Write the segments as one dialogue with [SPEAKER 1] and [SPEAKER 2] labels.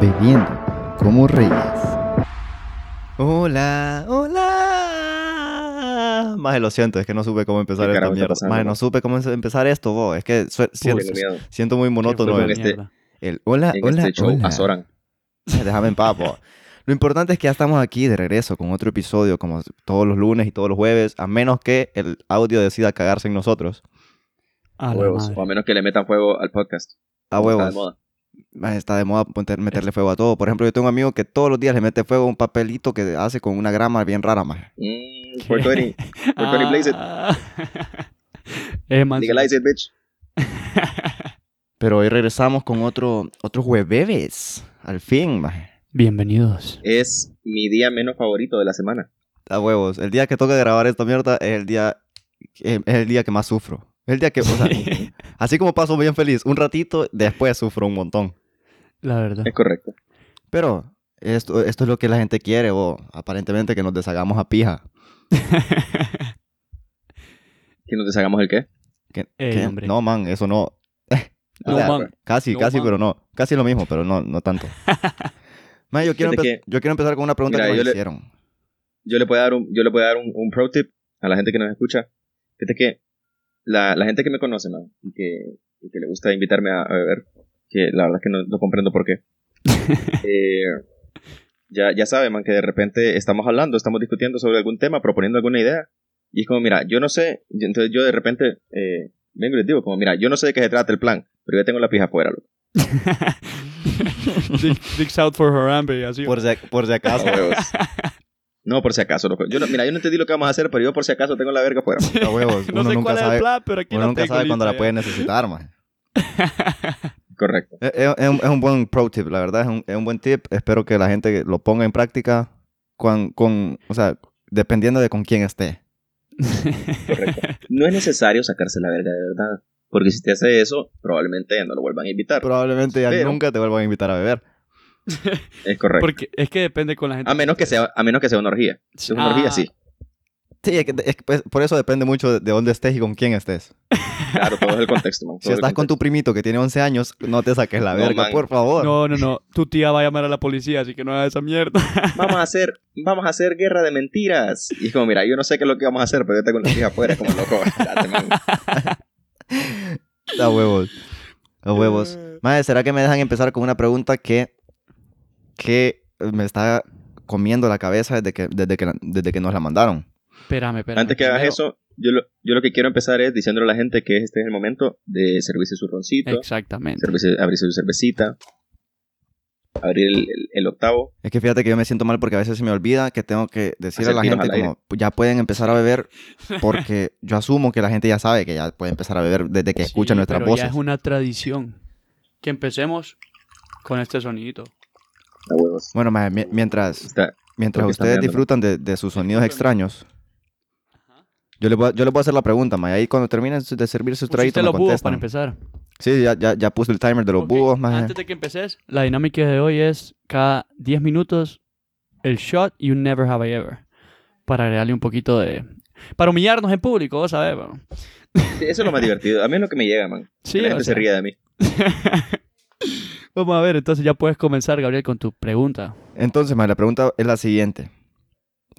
[SPEAKER 1] bebiendo como reyes.
[SPEAKER 2] Hola, hola. Maje, lo siento, es que no supe cómo empezar
[SPEAKER 3] ¿Qué
[SPEAKER 2] esta
[SPEAKER 3] carajo está
[SPEAKER 2] mierda.
[SPEAKER 3] pasando?
[SPEAKER 2] Maje, no supe cómo em-, empezar esto, bo. Es que sue- siento,
[SPEAKER 3] Tengo miedo.
[SPEAKER 2] siento muy monótono
[SPEAKER 3] fue
[SPEAKER 2] el,
[SPEAKER 3] con este-
[SPEAKER 4] Mierda.
[SPEAKER 2] el hola, Ah,
[SPEAKER 3] En
[SPEAKER 2] hola,
[SPEAKER 3] este show
[SPEAKER 2] hola.
[SPEAKER 3] azoran.
[SPEAKER 2] Maje, Déjame en paz, bo. Lo importante es que ya estamos aquí de regreso con otro episodio, como todos los lunes y todos los jueves, a menos que el audio decida cagarse en nosotros.
[SPEAKER 4] A la
[SPEAKER 3] Huevos.
[SPEAKER 4] madre.
[SPEAKER 3] O a menos que le metan fuego al podcast.
[SPEAKER 2] A
[SPEAKER 3] Como está de
[SPEAKER 2] huevos.
[SPEAKER 3] moda.
[SPEAKER 2] Maje, Está de moda ponte- meterle fuego a todo. Por ejemplo, yo tengo un amigo que todos los días le mete fuego a un papelito que hace con una grama bien rara, maje.
[SPEAKER 3] Mm,
[SPEAKER 4] ¿Qué?
[SPEAKER 3] 420. 420 blaze it.
[SPEAKER 4] Ah. Eh,
[SPEAKER 2] Ah,
[SPEAKER 4] man.
[SPEAKER 3] Legalize it, bitch.
[SPEAKER 2] Pero hoy regresamos con otro, otro jueves. Al fin, maje.
[SPEAKER 4] Bienvenidos.
[SPEAKER 3] Es mi día menos favorito de la semana.
[SPEAKER 2] A huevos. El día que toca grabar esta mierda es el día, eh, es el día que más sufro. El día que, o sea, así como paso bien feliz un ratito, después sufro un montón.
[SPEAKER 4] La verdad.
[SPEAKER 3] Es correcto.
[SPEAKER 2] Pero esto, esto es lo que la gente quiere, o aparentemente que nos deshagamos a pija.
[SPEAKER 3] Que nos deshagamos el qué.
[SPEAKER 2] Que-
[SPEAKER 4] Ey,
[SPEAKER 2] que-
[SPEAKER 4] hombre.
[SPEAKER 2] no, man, eso Eh, no.
[SPEAKER 4] No,
[SPEAKER 2] O sea,
[SPEAKER 4] man.
[SPEAKER 2] Casi,
[SPEAKER 4] No,
[SPEAKER 2] casi,
[SPEAKER 4] man.
[SPEAKER 2] pero no. Casi lo mismo, pero no, no tanto. Man, yo, quiero
[SPEAKER 3] Fíjate
[SPEAKER 2] empe- yo quiero empezar con una pregunta
[SPEAKER 3] Mira,
[SPEAKER 2] que
[SPEAKER 3] yo
[SPEAKER 2] me
[SPEAKER 3] le-
[SPEAKER 2] hicieron.
[SPEAKER 3] Yo le puedo dar un, yo le puedo dar un, un pro tip a la gente que nos escucha. Fíjate que la, la gente que me conoce, man, y que, y que le gusta invitarme a, a beber, que la verdad es que no, no comprendo por qué. Eh, ya, ya saben, man, que de repente estamos hablando, estamos discutiendo sobre algún tema, proponiendo alguna idea. Y es como, mira, yo no sé. y Entonces yo de repente eh, vengo y les digo, como, mira, yo no sé de qué se trata el plan, pero yo tengo la pija afuera, loco.
[SPEAKER 4] Dick- Dick's out for Harambe, así.
[SPEAKER 2] Por si, ac- por si
[SPEAKER 3] A
[SPEAKER 2] acaso.
[SPEAKER 3] huevos. No, por si acaso, loco. Yo no- mira, yo no entendí lo que vamos a hacer, pero yo por si acaso tengo la verga afuera.
[SPEAKER 2] A huevos.
[SPEAKER 4] no
[SPEAKER 2] uno
[SPEAKER 4] sé
[SPEAKER 2] nunca
[SPEAKER 4] cuál es
[SPEAKER 2] sabe,
[SPEAKER 4] el plan, pero aquí
[SPEAKER 2] uno
[SPEAKER 4] la
[SPEAKER 2] nunca
[SPEAKER 4] tengo
[SPEAKER 2] sabe cuándo la
[SPEAKER 4] lista
[SPEAKER 2] puede necesitar, man.
[SPEAKER 3] Correcto.
[SPEAKER 2] Es, es- es un- es un buen pro tip, la verdad, es un, es un buen tip. Espero que la gente lo ponga en práctica con, con- o sea, dependiendo de con quién esté.
[SPEAKER 3] Correcto. No es necesario sacarse la verga de verdad. Porque si te hace eso, probablemente no lo vuelvan a invitar.
[SPEAKER 2] Probablemente ya
[SPEAKER 3] Pero-
[SPEAKER 2] nunca te vuelvan a invitar a beber.
[SPEAKER 3] Es correcto.
[SPEAKER 4] Porque es que depende con la gente.
[SPEAKER 3] A menos que sea, a menos que sea una orgía. Si es una orgía,
[SPEAKER 2] Ah.
[SPEAKER 3] sí.
[SPEAKER 2] Sí, es que- es que, pues, por eso depende mucho de, de dónde estés y con quién estés.
[SPEAKER 3] Claro, todo es el contexto, man.
[SPEAKER 2] Si estás con tu primito que tiene 11 años, no te saques la
[SPEAKER 3] No,
[SPEAKER 2] verga,
[SPEAKER 3] man.
[SPEAKER 2] por favor.
[SPEAKER 4] Ah, No, no, no. Tu tía va a llamar a la policía, así que no hagas esa mierda.
[SPEAKER 3] Vamos a hacer, vamos a hacer guerra de mentiras. Y es como, mira, yo no sé qué es lo que vamos a hacer, pero yo tengo la hija afuera, como loco. date, man.
[SPEAKER 2] A huevos. A huevos. Madre, ¿será que me dejan empezar con una pregunta que, que me está comiendo la cabeza desde que, desde que, la- desde que nos la mandaron?
[SPEAKER 4] Espérame, espérame.
[SPEAKER 3] Antes que hagas
[SPEAKER 4] Primero-
[SPEAKER 3] eso, yo lo, yo lo que quiero empezar es diciéndole a la gente que este es el momento de servirse su roncito,
[SPEAKER 4] Exactamente.
[SPEAKER 3] servirse- abrirse su cervecita, abrir el- el- el octavo.
[SPEAKER 2] Es que fíjate que yo me siento mal porque a veces se me olvida que tengo que decir a
[SPEAKER 3] Hacer
[SPEAKER 2] la
[SPEAKER 3] tiros
[SPEAKER 2] gente
[SPEAKER 3] al aire.
[SPEAKER 2] como ya pueden empezar a beber porque yo asumo que la gente ya sabe que ya puede empezar a beber desde que
[SPEAKER 4] Sí,
[SPEAKER 2] escucha nuestras
[SPEAKER 4] pero
[SPEAKER 2] voces.
[SPEAKER 4] Ya es una tradición. Que empecemos con este sonidito.
[SPEAKER 3] A huevos.
[SPEAKER 2] Bueno, mae, mi- mientras,
[SPEAKER 3] Está-
[SPEAKER 2] mientras
[SPEAKER 3] Creo que están
[SPEAKER 2] ustedes
[SPEAKER 3] meando, ¿no?
[SPEAKER 2] disfrutan de, de sus sonidos extraños, yo les voy a, yo les voy a hacer la pregunta, mae. Ahí cuando terminen de servir sus
[SPEAKER 4] Pusiste
[SPEAKER 2] traguitos me
[SPEAKER 4] Pues los búhos para
[SPEAKER 2] contestan.
[SPEAKER 4] empezar.
[SPEAKER 2] Sí, ya, ya, ya puse el timer de los
[SPEAKER 4] Ok,
[SPEAKER 2] búhos, mae.
[SPEAKER 4] Antes de que empeces, la dinámica de hoy es cada 10 minutos el shot y un never have I ever. Para agregarle un poquito de. Para humillarnos en público, vos sabés, bro.
[SPEAKER 3] Eso es lo más divertido. A mí es lo que me llega, man.
[SPEAKER 4] Sí,
[SPEAKER 3] que la
[SPEAKER 4] o
[SPEAKER 3] gente
[SPEAKER 4] sea.
[SPEAKER 3] se ría de mí.
[SPEAKER 4] Vamos a ver, entonces ya puedes comenzar, Gabriel, con tu pregunta.
[SPEAKER 2] Entonces, mae, la pregunta es la siguiente.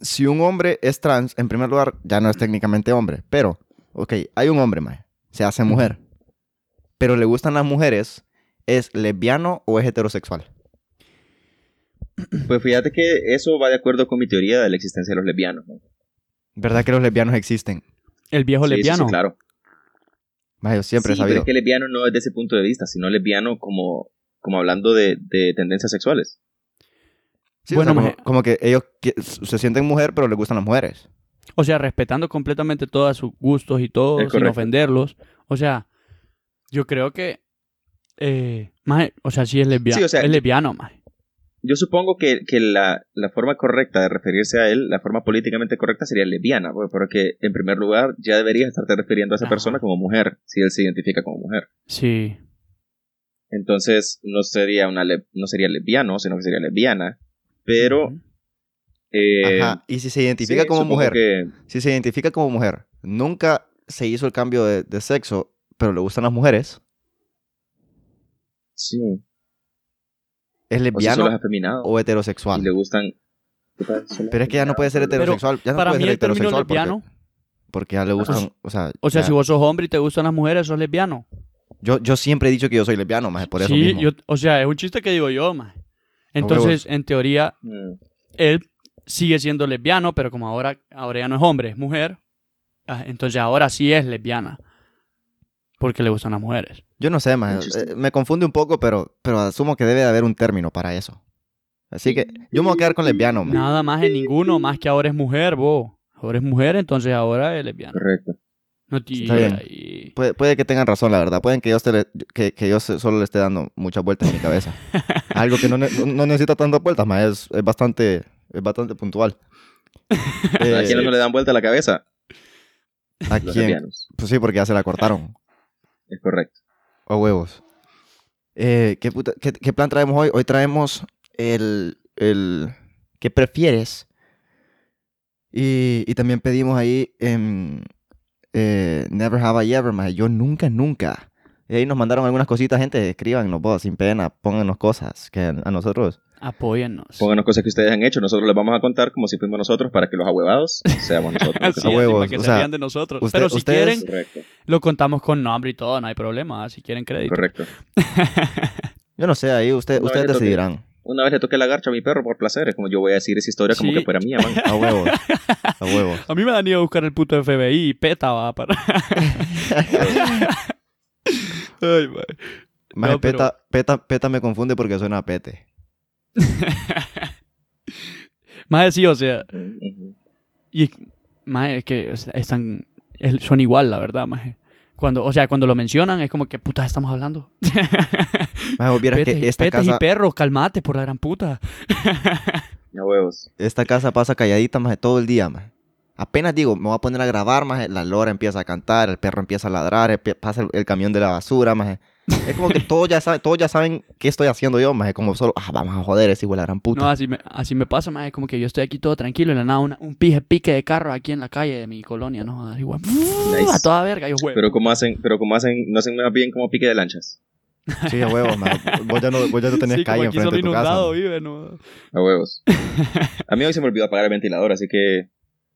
[SPEAKER 2] Si un hombre es trans, en primer lugar, ya no es técnicamente hombre, pero, ok, hay un hombre, mae, se hace mujer, pero le gustan las mujeres, ¿es lesbiano o es heterosexual?
[SPEAKER 3] Pues fíjate que eso va de acuerdo con mi teoría de la existencia de los lesbianos. man.
[SPEAKER 2] ¿Verdad que los lesbianos existen?
[SPEAKER 4] El viejo
[SPEAKER 3] Sí, sí,
[SPEAKER 4] lesbiano.
[SPEAKER 3] Sí, claro.
[SPEAKER 2] Mae, yo siempre
[SPEAKER 3] Sí,
[SPEAKER 2] he
[SPEAKER 3] pero
[SPEAKER 2] sabido.
[SPEAKER 3] es que lesbiano no es de ese punto de vista, sino lesbiano como, como hablando de, de tendencias sexuales.
[SPEAKER 2] Sí, o sea,
[SPEAKER 4] Bueno,
[SPEAKER 2] como-
[SPEAKER 4] mae.
[SPEAKER 2] como, que ellos qui- se sienten mujer, pero les gustan las mujeres.
[SPEAKER 4] O sea, respetando completamente todos sus gustos y todo,
[SPEAKER 3] Es
[SPEAKER 4] sin
[SPEAKER 3] correcto.
[SPEAKER 4] ofenderlos. O sea, yo creo que. eh, maje, o sea, sí es lesbiano.
[SPEAKER 3] Sí, o sea,
[SPEAKER 4] es lesbiano, maje.
[SPEAKER 3] Yo supongo que, que la, la forma correcta de referirse a él, la forma políticamente correcta sería lesbiana, pues, porque en primer lugar ya deberías estarte refiriendo a esa
[SPEAKER 4] Ajá.
[SPEAKER 3] persona como mujer, si él se identifica como mujer.
[SPEAKER 4] Sí.
[SPEAKER 3] Entonces no sería una le- no sería lesbiano, sino que sería lesbiana. Pero
[SPEAKER 4] Ujú.
[SPEAKER 3] eh,
[SPEAKER 2] Ajá, y si se identifica
[SPEAKER 3] Sí,
[SPEAKER 2] como
[SPEAKER 3] supongo
[SPEAKER 2] mujer,
[SPEAKER 3] que-
[SPEAKER 2] si se identifica como mujer, nunca se hizo el cambio de, de sexo, pero le gustan las mujeres,
[SPEAKER 3] sí.
[SPEAKER 2] ¿Es
[SPEAKER 3] O si solo es
[SPEAKER 2] lesbiana
[SPEAKER 3] afeminado.
[SPEAKER 2] o
[SPEAKER 3] Y le
[SPEAKER 2] heterosexual?
[SPEAKER 3] gustan. ¿Qué tal? Solo
[SPEAKER 2] Pero es que ya no puede ser
[SPEAKER 3] afeminado.
[SPEAKER 2] heterosexual. ya no
[SPEAKER 4] Para
[SPEAKER 2] puede
[SPEAKER 3] pues,
[SPEAKER 4] mí
[SPEAKER 2] ser
[SPEAKER 4] el término
[SPEAKER 2] heterosexual porque-
[SPEAKER 4] lesbiano, Pues,
[SPEAKER 2] Porque, ya le gustan. O sea,
[SPEAKER 4] o sea,
[SPEAKER 2] ya-
[SPEAKER 4] si vos sos hombre y te gustan las mujeres, sos lesbiano.
[SPEAKER 2] yo, yo siempre he dicho que yo soy lesbiano, más por eso.
[SPEAKER 4] sí,
[SPEAKER 2] mismo.
[SPEAKER 4] yo, o sea, es un chiste que digo yo, más. Entonces, en teoría,
[SPEAKER 3] Mm,
[SPEAKER 4] él sigue siendo lesbiano, pero como ahora, ahora ya no es hombre, es mujer, ah, entonces ahora sí es lesbiana. Porque le gustan las mujeres.
[SPEAKER 2] Yo no sé, más. eh,
[SPEAKER 3] Interesting.
[SPEAKER 2] me confunde un poco, pero, pero asumo que debe de haber un término para eso. Así que yo me voy a quedar con lesbiano, man.
[SPEAKER 4] Nada más en ninguno, más que ahora es mujer, vos. Ahora es mujer, entonces ahora es lesbiana.
[SPEAKER 3] correcto.
[SPEAKER 4] No, te-
[SPEAKER 2] Está bien.
[SPEAKER 4] y-
[SPEAKER 2] Puede, puede que tengan razón, la verdad. Pueden que yo, esté le- que, que yo se- solo le esté dando muchas vueltas en mi cabeza. Algo que no, ne- no- no necesita tantas vueltas, más es, es bastante, es bastante puntual. Eh,
[SPEAKER 3] ¿A quién no le dan vuelta la cabeza?
[SPEAKER 2] ¿a
[SPEAKER 3] Los
[SPEAKER 2] quién?
[SPEAKER 3] lesbianos.
[SPEAKER 2] Pues sí, porque ya se la cortaron.
[SPEAKER 3] Es correcto.
[SPEAKER 2] O huevos. Eh, ¿qué, puta- qué- qué plan traemos hoy? Hoy traemos el, el ¿Qué prefieres? Y, y también pedimos ahí em, eh, Never Have I Ever, más Yo nunca, nunca. Y ahí nos mandaron algunas cositas, gente. Escríbanos vos, sin pena. Pónganos cosas que a nosotros.
[SPEAKER 4] apóyennos.
[SPEAKER 3] Pónganos cosas que ustedes han hecho. Nosotros les vamos a contar como si fuimos nosotros para que los ahuevados seamos nosotros.
[SPEAKER 4] Así es,
[SPEAKER 2] A
[SPEAKER 4] y
[SPEAKER 2] huevos,
[SPEAKER 4] para que
[SPEAKER 2] o
[SPEAKER 4] se
[SPEAKER 2] sea,
[SPEAKER 4] rían de nosotros.
[SPEAKER 2] usted-
[SPEAKER 4] Pero si
[SPEAKER 2] ustedes-
[SPEAKER 4] quieren,
[SPEAKER 3] Correcto,
[SPEAKER 4] lo contamos con nombre y todo, no hay problema, ah, si quieren crédito.
[SPEAKER 3] correcto.
[SPEAKER 2] Yo no sé, ahí usted-
[SPEAKER 3] No,
[SPEAKER 2] ustedes
[SPEAKER 3] yo creo que-
[SPEAKER 2] decidirán.
[SPEAKER 3] Una vez le toqué la garcha a mi perro por placer. Es como yo voy a decir esa historia como
[SPEAKER 4] Sí.
[SPEAKER 3] que fuera mía, man.
[SPEAKER 2] A huevos. A huevos.
[SPEAKER 4] A mí me dan miedo buscar el puto FBI y peta va para. Ay, mae.
[SPEAKER 2] Más
[SPEAKER 4] No, pero-
[SPEAKER 2] peta, peta, peta me confunde porque suena a pete.
[SPEAKER 4] Más así, o sea,
[SPEAKER 3] Ujú.
[SPEAKER 4] y más es que o sea, están es- son igual, la verdad, más. Cuando, o sea, cuando lo mencionan es como que puta estamos hablando.
[SPEAKER 2] Más vieras
[SPEAKER 4] Petes, y-
[SPEAKER 2] que esta
[SPEAKER 4] petes
[SPEAKER 2] casa,
[SPEAKER 4] y perros, calmate por la gran puta.
[SPEAKER 3] A huevos.
[SPEAKER 2] Esta casa pasa calladita más de todo el día, más. Apenas digo, me voy a poner a grabar, más la lora empieza a cantar, el perro empieza a ladrar, el pie- pasa el, el camión de la basura, más. Es como que todos ya saben, todos ya saben qué estoy haciendo yo, más. Como solo, ah, vamos a joder, ese hijo de la gran puta.
[SPEAKER 4] No, así me, así me pasa, más. Es como que yo estoy aquí todo tranquilo y de la nada una- un pije pique de carro aquí en la calle de mi colonia, no jodas, igual. A toda verga, yo juego.
[SPEAKER 3] Pero como hacen, pero como hacen, no hacen más bien como pique de lanchas.
[SPEAKER 2] Sí, a huevos, maje. Vos ya no, vos ya no tenés
[SPEAKER 4] Sí, como
[SPEAKER 2] calle
[SPEAKER 4] aquí
[SPEAKER 2] enfrente
[SPEAKER 4] solo
[SPEAKER 2] de tu casa.
[SPEAKER 4] inundado
[SPEAKER 2] maje.
[SPEAKER 4] vive, no.
[SPEAKER 3] A huevos. A mí hoy se me olvidó apagar el ventilador, así que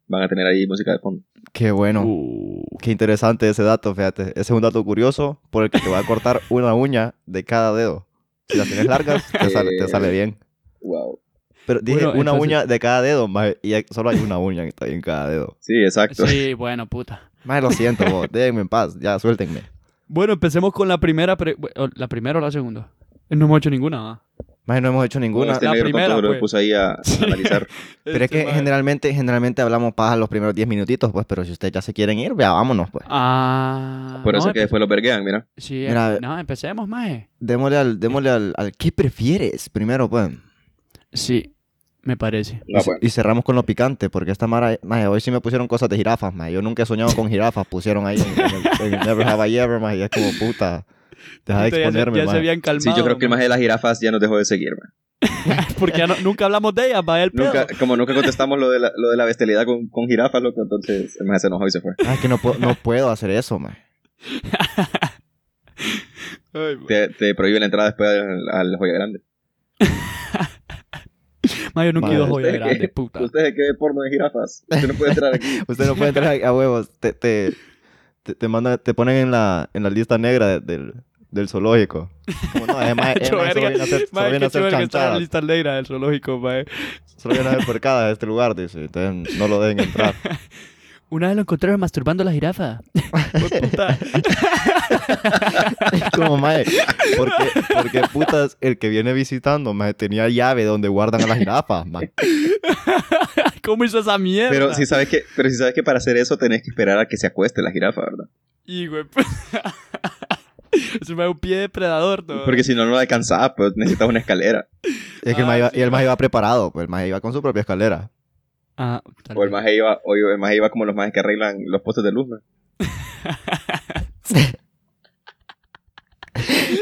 [SPEAKER 3] van a tener ahí música de fondo.
[SPEAKER 2] Qué bueno.
[SPEAKER 4] Uh.
[SPEAKER 2] Qué interesante ese dato, fíjate. Ese es un dato curioso por el que te voy a cortar una uña de cada dedo. Si las tienes largas, te sale, te sale bien.
[SPEAKER 3] Wow.
[SPEAKER 2] Pero dije
[SPEAKER 4] Eh, Bueno,
[SPEAKER 2] una
[SPEAKER 4] entonces-
[SPEAKER 2] uña de cada dedo, maje, y solo hay una uña que está ahí en cada dedo.
[SPEAKER 3] Sí, exacto.
[SPEAKER 4] Sí, bueno, puta.
[SPEAKER 2] Más lo siento, vos. Déjenme en paz. Ya, suéltenme.
[SPEAKER 4] Bueno, empecemos con la primera. pre- o ¿La primera o la segunda? Eh, No hemos hecho ninguna, ¿va?
[SPEAKER 2] Más no hemos hecho ninguna.
[SPEAKER 3] Este
[SPEAKER 4] La
[SPEAKER 3] negro tonto
[SPEAKER 4] primera,
[SPEAKER 3] lo
[SPEAKER 4] pues.
[SPEAKER 3] puso ahí a, a analizar.
[SPEAKER 2] Pero es
[SPEAKER 4] Este
[SPEAKER 2] que
[SPEAKER 4] mae-
[SPEAKER 2] generalmente, generalmente hablamos paja los primeros 10 minutitos, pues. Pero si ustedes ya se quieren ir, vea, vámonos, pues.
[SPEAKER 4] Ah.
[SPEAKER 3] Por eso
[SPEAKER 4] no,
[SPEAKER 3] es que
[SPEAKER 4] empe-
[SPEAKER 3] después lo verguean, mira.
[SPEAKER 4] Sí,
[SPEAKER 2] Mira,
[SPEAKER 4] em- no, empecemos, maje.
[SPEAKER 2] Démosle al, démosle al, al ¿qué prefieres? Primero, pues.
[SPEAKER 4] Sí, me parece.
[SPEAKER 3] No,
[SPEAKER 2] Y ce-
[SPEAKER 3] pues.
[SPEAKER 2] Y cerramos con lo picante, porque esta mara, maje, hoy sí me pusieron cosas de jirafas, maje. Yo nunca he soñado con jirafas, pusieron ahí en, en el, en el Never Have I Ever, maje. Y es como, puta, deja de
[SPEAKER 4] Puta, Este ya se-
[SPEAKER 2] exponerme,
[SPEAKER 4] ya se,
[SPEAKER 2] maje.
[SPEAKER 4] habían calmado.
[SPEAKER 3] Sí, yo creo que el
[SPEAKER 4] maje.
[SPEAKER 3] maje de las jirafas ya nos dejó de seguir, man.
[SPEAKER 4] Porque ya no- nunca hablamos de ellas, va el pedo.
[SPEAKER 3] Nunca, como nunca contestamos lo de la, lo de la bestialidad con, con jirafas, loco, entonces el maje se enojó y se fue.
[SPEAKER 2] Ay, Ah, que no, puedo- no puedo hacer eso, maje.
[SPEAKER 4] Ay, mae.
[SPEAKER 3] Te, te prohíbe la entrada después al, al Joya Grande.
[SPEAKER 4] Mae, yo nunca he ido a
[SPEAKER 2] Madre,
[SPEAKER 4] Joya
[SPEAKER 3] ¿ustedes qué?
[SPEAKER 4] Grande, puta.
[SPEAKER 3] Ustedes que ven porno de jirafas. Usted no puede entrar aquí.
[SPEAKER 2] Usted no puede entrar a, a huevos. Te, te, te, te mandan- te ponen en la, en la lista negra de- del, del zoológico. Como no, es más, es
[SPEAKER 4] Cho
[SPEAKER 2] más, solo
[SPEAKER 4] verga.
[SPEAKER 2] viene a hacer, solo
[SPEAKER 4] Mae,
[SPEAKER 2] viene a
[SPEAKER 4] qué
[SPEAKER 2] hacer
[SPEAKER 4] chévere que está en la
[SPEAKER 2] chanchadas.
[SPEAKER 4] lista negra del zoológico, mae.
[SPEAKER 2] Solo viene a hacer porcadas a este lugar, dice. Entonces no lo dejen entrar.
[SPEAKER 4] Una vez lo encontraron masturbando a la jirafa. Pues, puta.
[SPEAKER 2] Es como, mae, porque, porque putas, el que viene visitando, mae, tenía llave donde guardan a las jirafas, mae.
[SPEAKER 4] ¿Cómo hizo esa mierda?
[SPEAKER 3] Pero si sabes que, pero si sabes que para hacer eso tenés que esperar a que se acueste la jirafa, ¿verdad?
[SPEAKER 4] Y, güey, pues... Se me da un pie depredador, ¿no?
[SPEAKER 3] Porque si no, no la alcanzaba, pues necesitas una escalera.
[SPEAKER 2] Es que el
[SPEAKER 4] Ah,
[SPEAKER 2] mae iba,
[SPEAKER 4] sí,
[SPEAKER 2] y el mae
[SPEAKER 4] mae.
[SPEAKER 2] iba preparado, pues el mae iba con su propia escalera.
[SPEAKER 4] Ah, tal
[SPEAKER 3] O el
[SPEAKER 4] vez.
[SPEAKER 3] maje iba, o el maje iba como los majes que arreglan los postes de luz, man.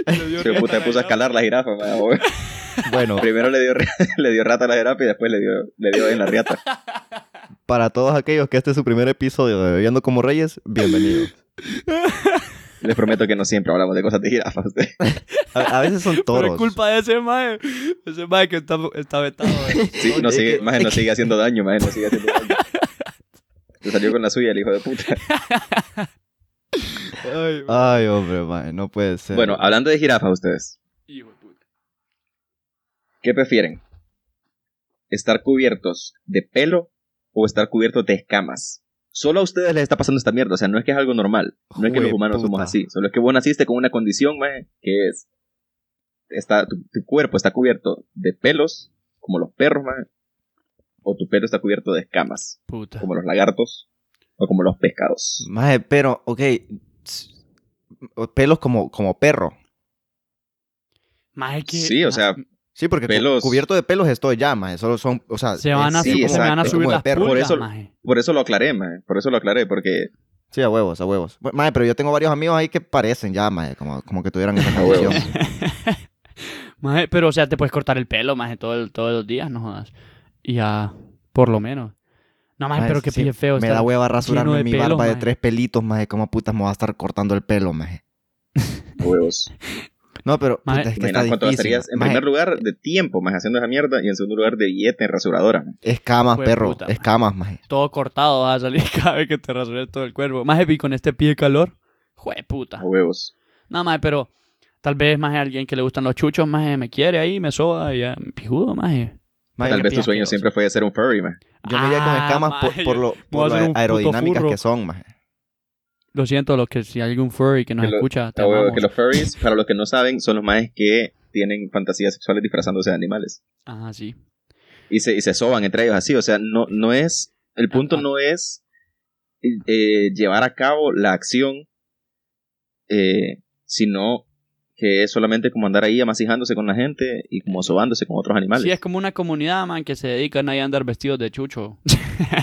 [SPEAKER 4] Le dio
[SPEAKER 3] Se
[SPEAKER 4] riata
[SPEAKER 3] puta puso a
[SPEAKER 4] la jirafa.
[SPEAKER 3] escalar la jirafa, man. O-
[SPEAKER 2] Bueno,
[SPEAKER 3] Primero le dio, ri- le dio rata a la jirafa y después le dio, le dio en la riata.
[SPEAKER 2] para todos aquellos que este es su primer episodio de Bebiendo como Reyes, bienvenidos.
[SPEAKER 3] Les prometo que no siempre hablamos de cosas de jirafas.
[SPEAKER 2] A, a veces son toros.
[SPEAKER 4] Por culpa de ese mae. Ese mae que está, está vetado. eh.
[SPEAKER 3] Sí, no
[SPEAKER 2] es
[SPEAKER 3] sigue,
[SPEAKER 2] que-
[SPEAKER 3] más no sigue haciendo daño, más no sigue haciendo daño. Se salió con la suya el hijo de puta.
[SPEAKER 4] Ay, mae.
[SPEAKER 2] Ay, hombre, mae, no puede ser.
[SPEAKER 3] Bueno, ah, hablando de jirafas ustedes,
[SPEAKER 4] Hijo de puta.
[SPEAKER 3] ¿qué prefieren? ¿Estar cubiertos de pelo o estar cubiertos de escamas? Solo a ustedes les está pasando esta mierda, o sea, no es que es algo normal, no es que los
[SPEAKER 2] Jue
[SPEAKER 3] humanos somos
[SPEAKER 2] puta.
[SPEAKER 3] así, solo es que vos naciste con una condición, mae, que es, está, tu, tu cuerpo está cubierto de pelos, como los perros, mae, o tu pelo está cubierto de escamas,
[SPEAKER 4] Puta.
[SPEAKER 3] como los lagartos, o como los pescados.
[SPEAKER 2] Mae, pero, ok. s- o- Pelos como, como perro.
[SPEAKER 4] Mae que.
[SPEAKER 3] Sí, o sea,
[SPEAKER 2] Sí, porque cu-
[SPEAKER 3] Pelos.
[SPEAKER 2] cubierto de pelos estoy ya, mae. Solo son, o sea...
[SPEAKER 4] Se van a,
[SPEAKER 3] sí,
[SPEAKER 4] subir- se
[SPEAKER 2] como-
[SPEAKER 4] me van a
[SPEAKER 2] es
[SPEAKER 3] exacto,
[SPEAKER 4] subir
[SPEAKER 2] como de
[SPEAKER 4] las
[SPEAKER 2] perro.
[SPEAKER 3] Por
[SPEAKER 4] pulgas,
[SPEAKER 3] eso-
[SPEAKER 4] mae.
[SPEAKER 3] Por eso lo aclaré, mae, por eso lo aclaré, porque
[SPEAKER 2] Sí, a huevos, a huevos. Bu- Mae, pero yo tengo varios amigos ahí que parecen ya, mae. Como, como que tuvieran esa
[SPEAKER 3] huevos.
[SPEAKER 2] condición.
[SPEAKER 4] Mae, pero o sea, te puedes cortar el pelo, mae, todo el- todos los días, no jodas. Y ya, por lo menos. No, mae,
[SPEAKER 2] Mae,
[SPEAKER 4] pero qué
[SPEAKER 2] sí,
[SPEAKER 4] pie feo.
[SPEAKER 2] Me
[SPEAKER 4] estar-
[SPEAKER 2] da hueva rasurarme
[SPEAKER 4] de
[SPEAKER 2] mi
[SPEAKER 4] pelos,
[SPEAKER 2] barba de
[SPEAKER 4] mae.
[SPEAKER 2] tres pelitos, mae. ¿Cómo putas me va a estar cortando el pelo, mae?
[SPEAKER 3] huevos.
[SPEAKER 2] No, pero
[SPEAKER 4] Mae.
[SPEAKER 2] puta, es que está
[SPEAKER 3] Imagina cuánto
[SPEAKER 2] difícil.
[SPEAKER 3] gastarías, en
[SPEAKER 2] mae.
[SPEAKER 3] primer lugar, de tiempo, más haciendo esa mierda, y en segundo lugar, de billete en rasuradora. mae.
[SPEAKER 2] Escamas,
[SPEAKER 4] Jue
[SPEAKER 2] perro.
[SPEAKER 4] puta, mae.
[SPEAKER 2] Escamas, mae.
[SPEAKER 4] Todo cortado vas a salir cada vez que te rasures todo el cuerpo. Mae, y con este pie de calor. Jue puta.
[SPEAKER 3] A huevos.
[SPEAKER 4] No, mae, pero tal vez más alguien que le gustan los chuchos, más me quiere ahí, me soba y ya, me pijudo, más.
[SPEAKER 2] Mae,
[SPEAKER 3] Tal
[SPEAKER 2] qué
[SPEAKER 3] vez tu
[SPEAKER 2] pie
[SPEAKER 3] sueño
[SPEAKER 2] asqueroso.
[SPEAKER 3] siempre fue ser un furry, man.
[SPEAKER 2] Yo me iría con
[SPEAKER 4] Ah,
[SPEAKER 2] escamas
[SPEAKER 4] mae,
[SPEAKER 2] por, por
[SPEAKER 4] yo-
[SPEAKER 2] lo, por
[SPEAKER 4] voy a
[SPEAKER 2] lo
[SPEAKER 4] ser un puto
[SPEAKER 2] aerodinámicas
[SPEAKER 4] furro.
[SPEAKER 2] que son, mae.
[SPEAKER 4] Lo siento, los que si hay algún furry que nos
[SPEAKER 3] Que lo-
[SPEAKER 4] escucha, te
[SPEAKER 3] A huevo,
[SPEAKER 4] amamos.
[SPEAKER 3] que los furries, para los que no saben, son los maes que tienen fantasías sexuales disfrazándose de animales.
[SPEAKER 4] Ajá, sí.
[SPEAKER 3] Y se, y se soban entre ellos así, o sea, no, no es, el punto
[SPEAKER 4] Ajá.
[SPEAKER 3] no es eh, llevar a cabo la acción, eh, sino que es solamente como andar ahí amasijándose con la gente y como sobándose con otros animales.
[SPEAKER 4] Sí, es como una comunidad, man, que se dedican ahí a andar vestidos de chucho.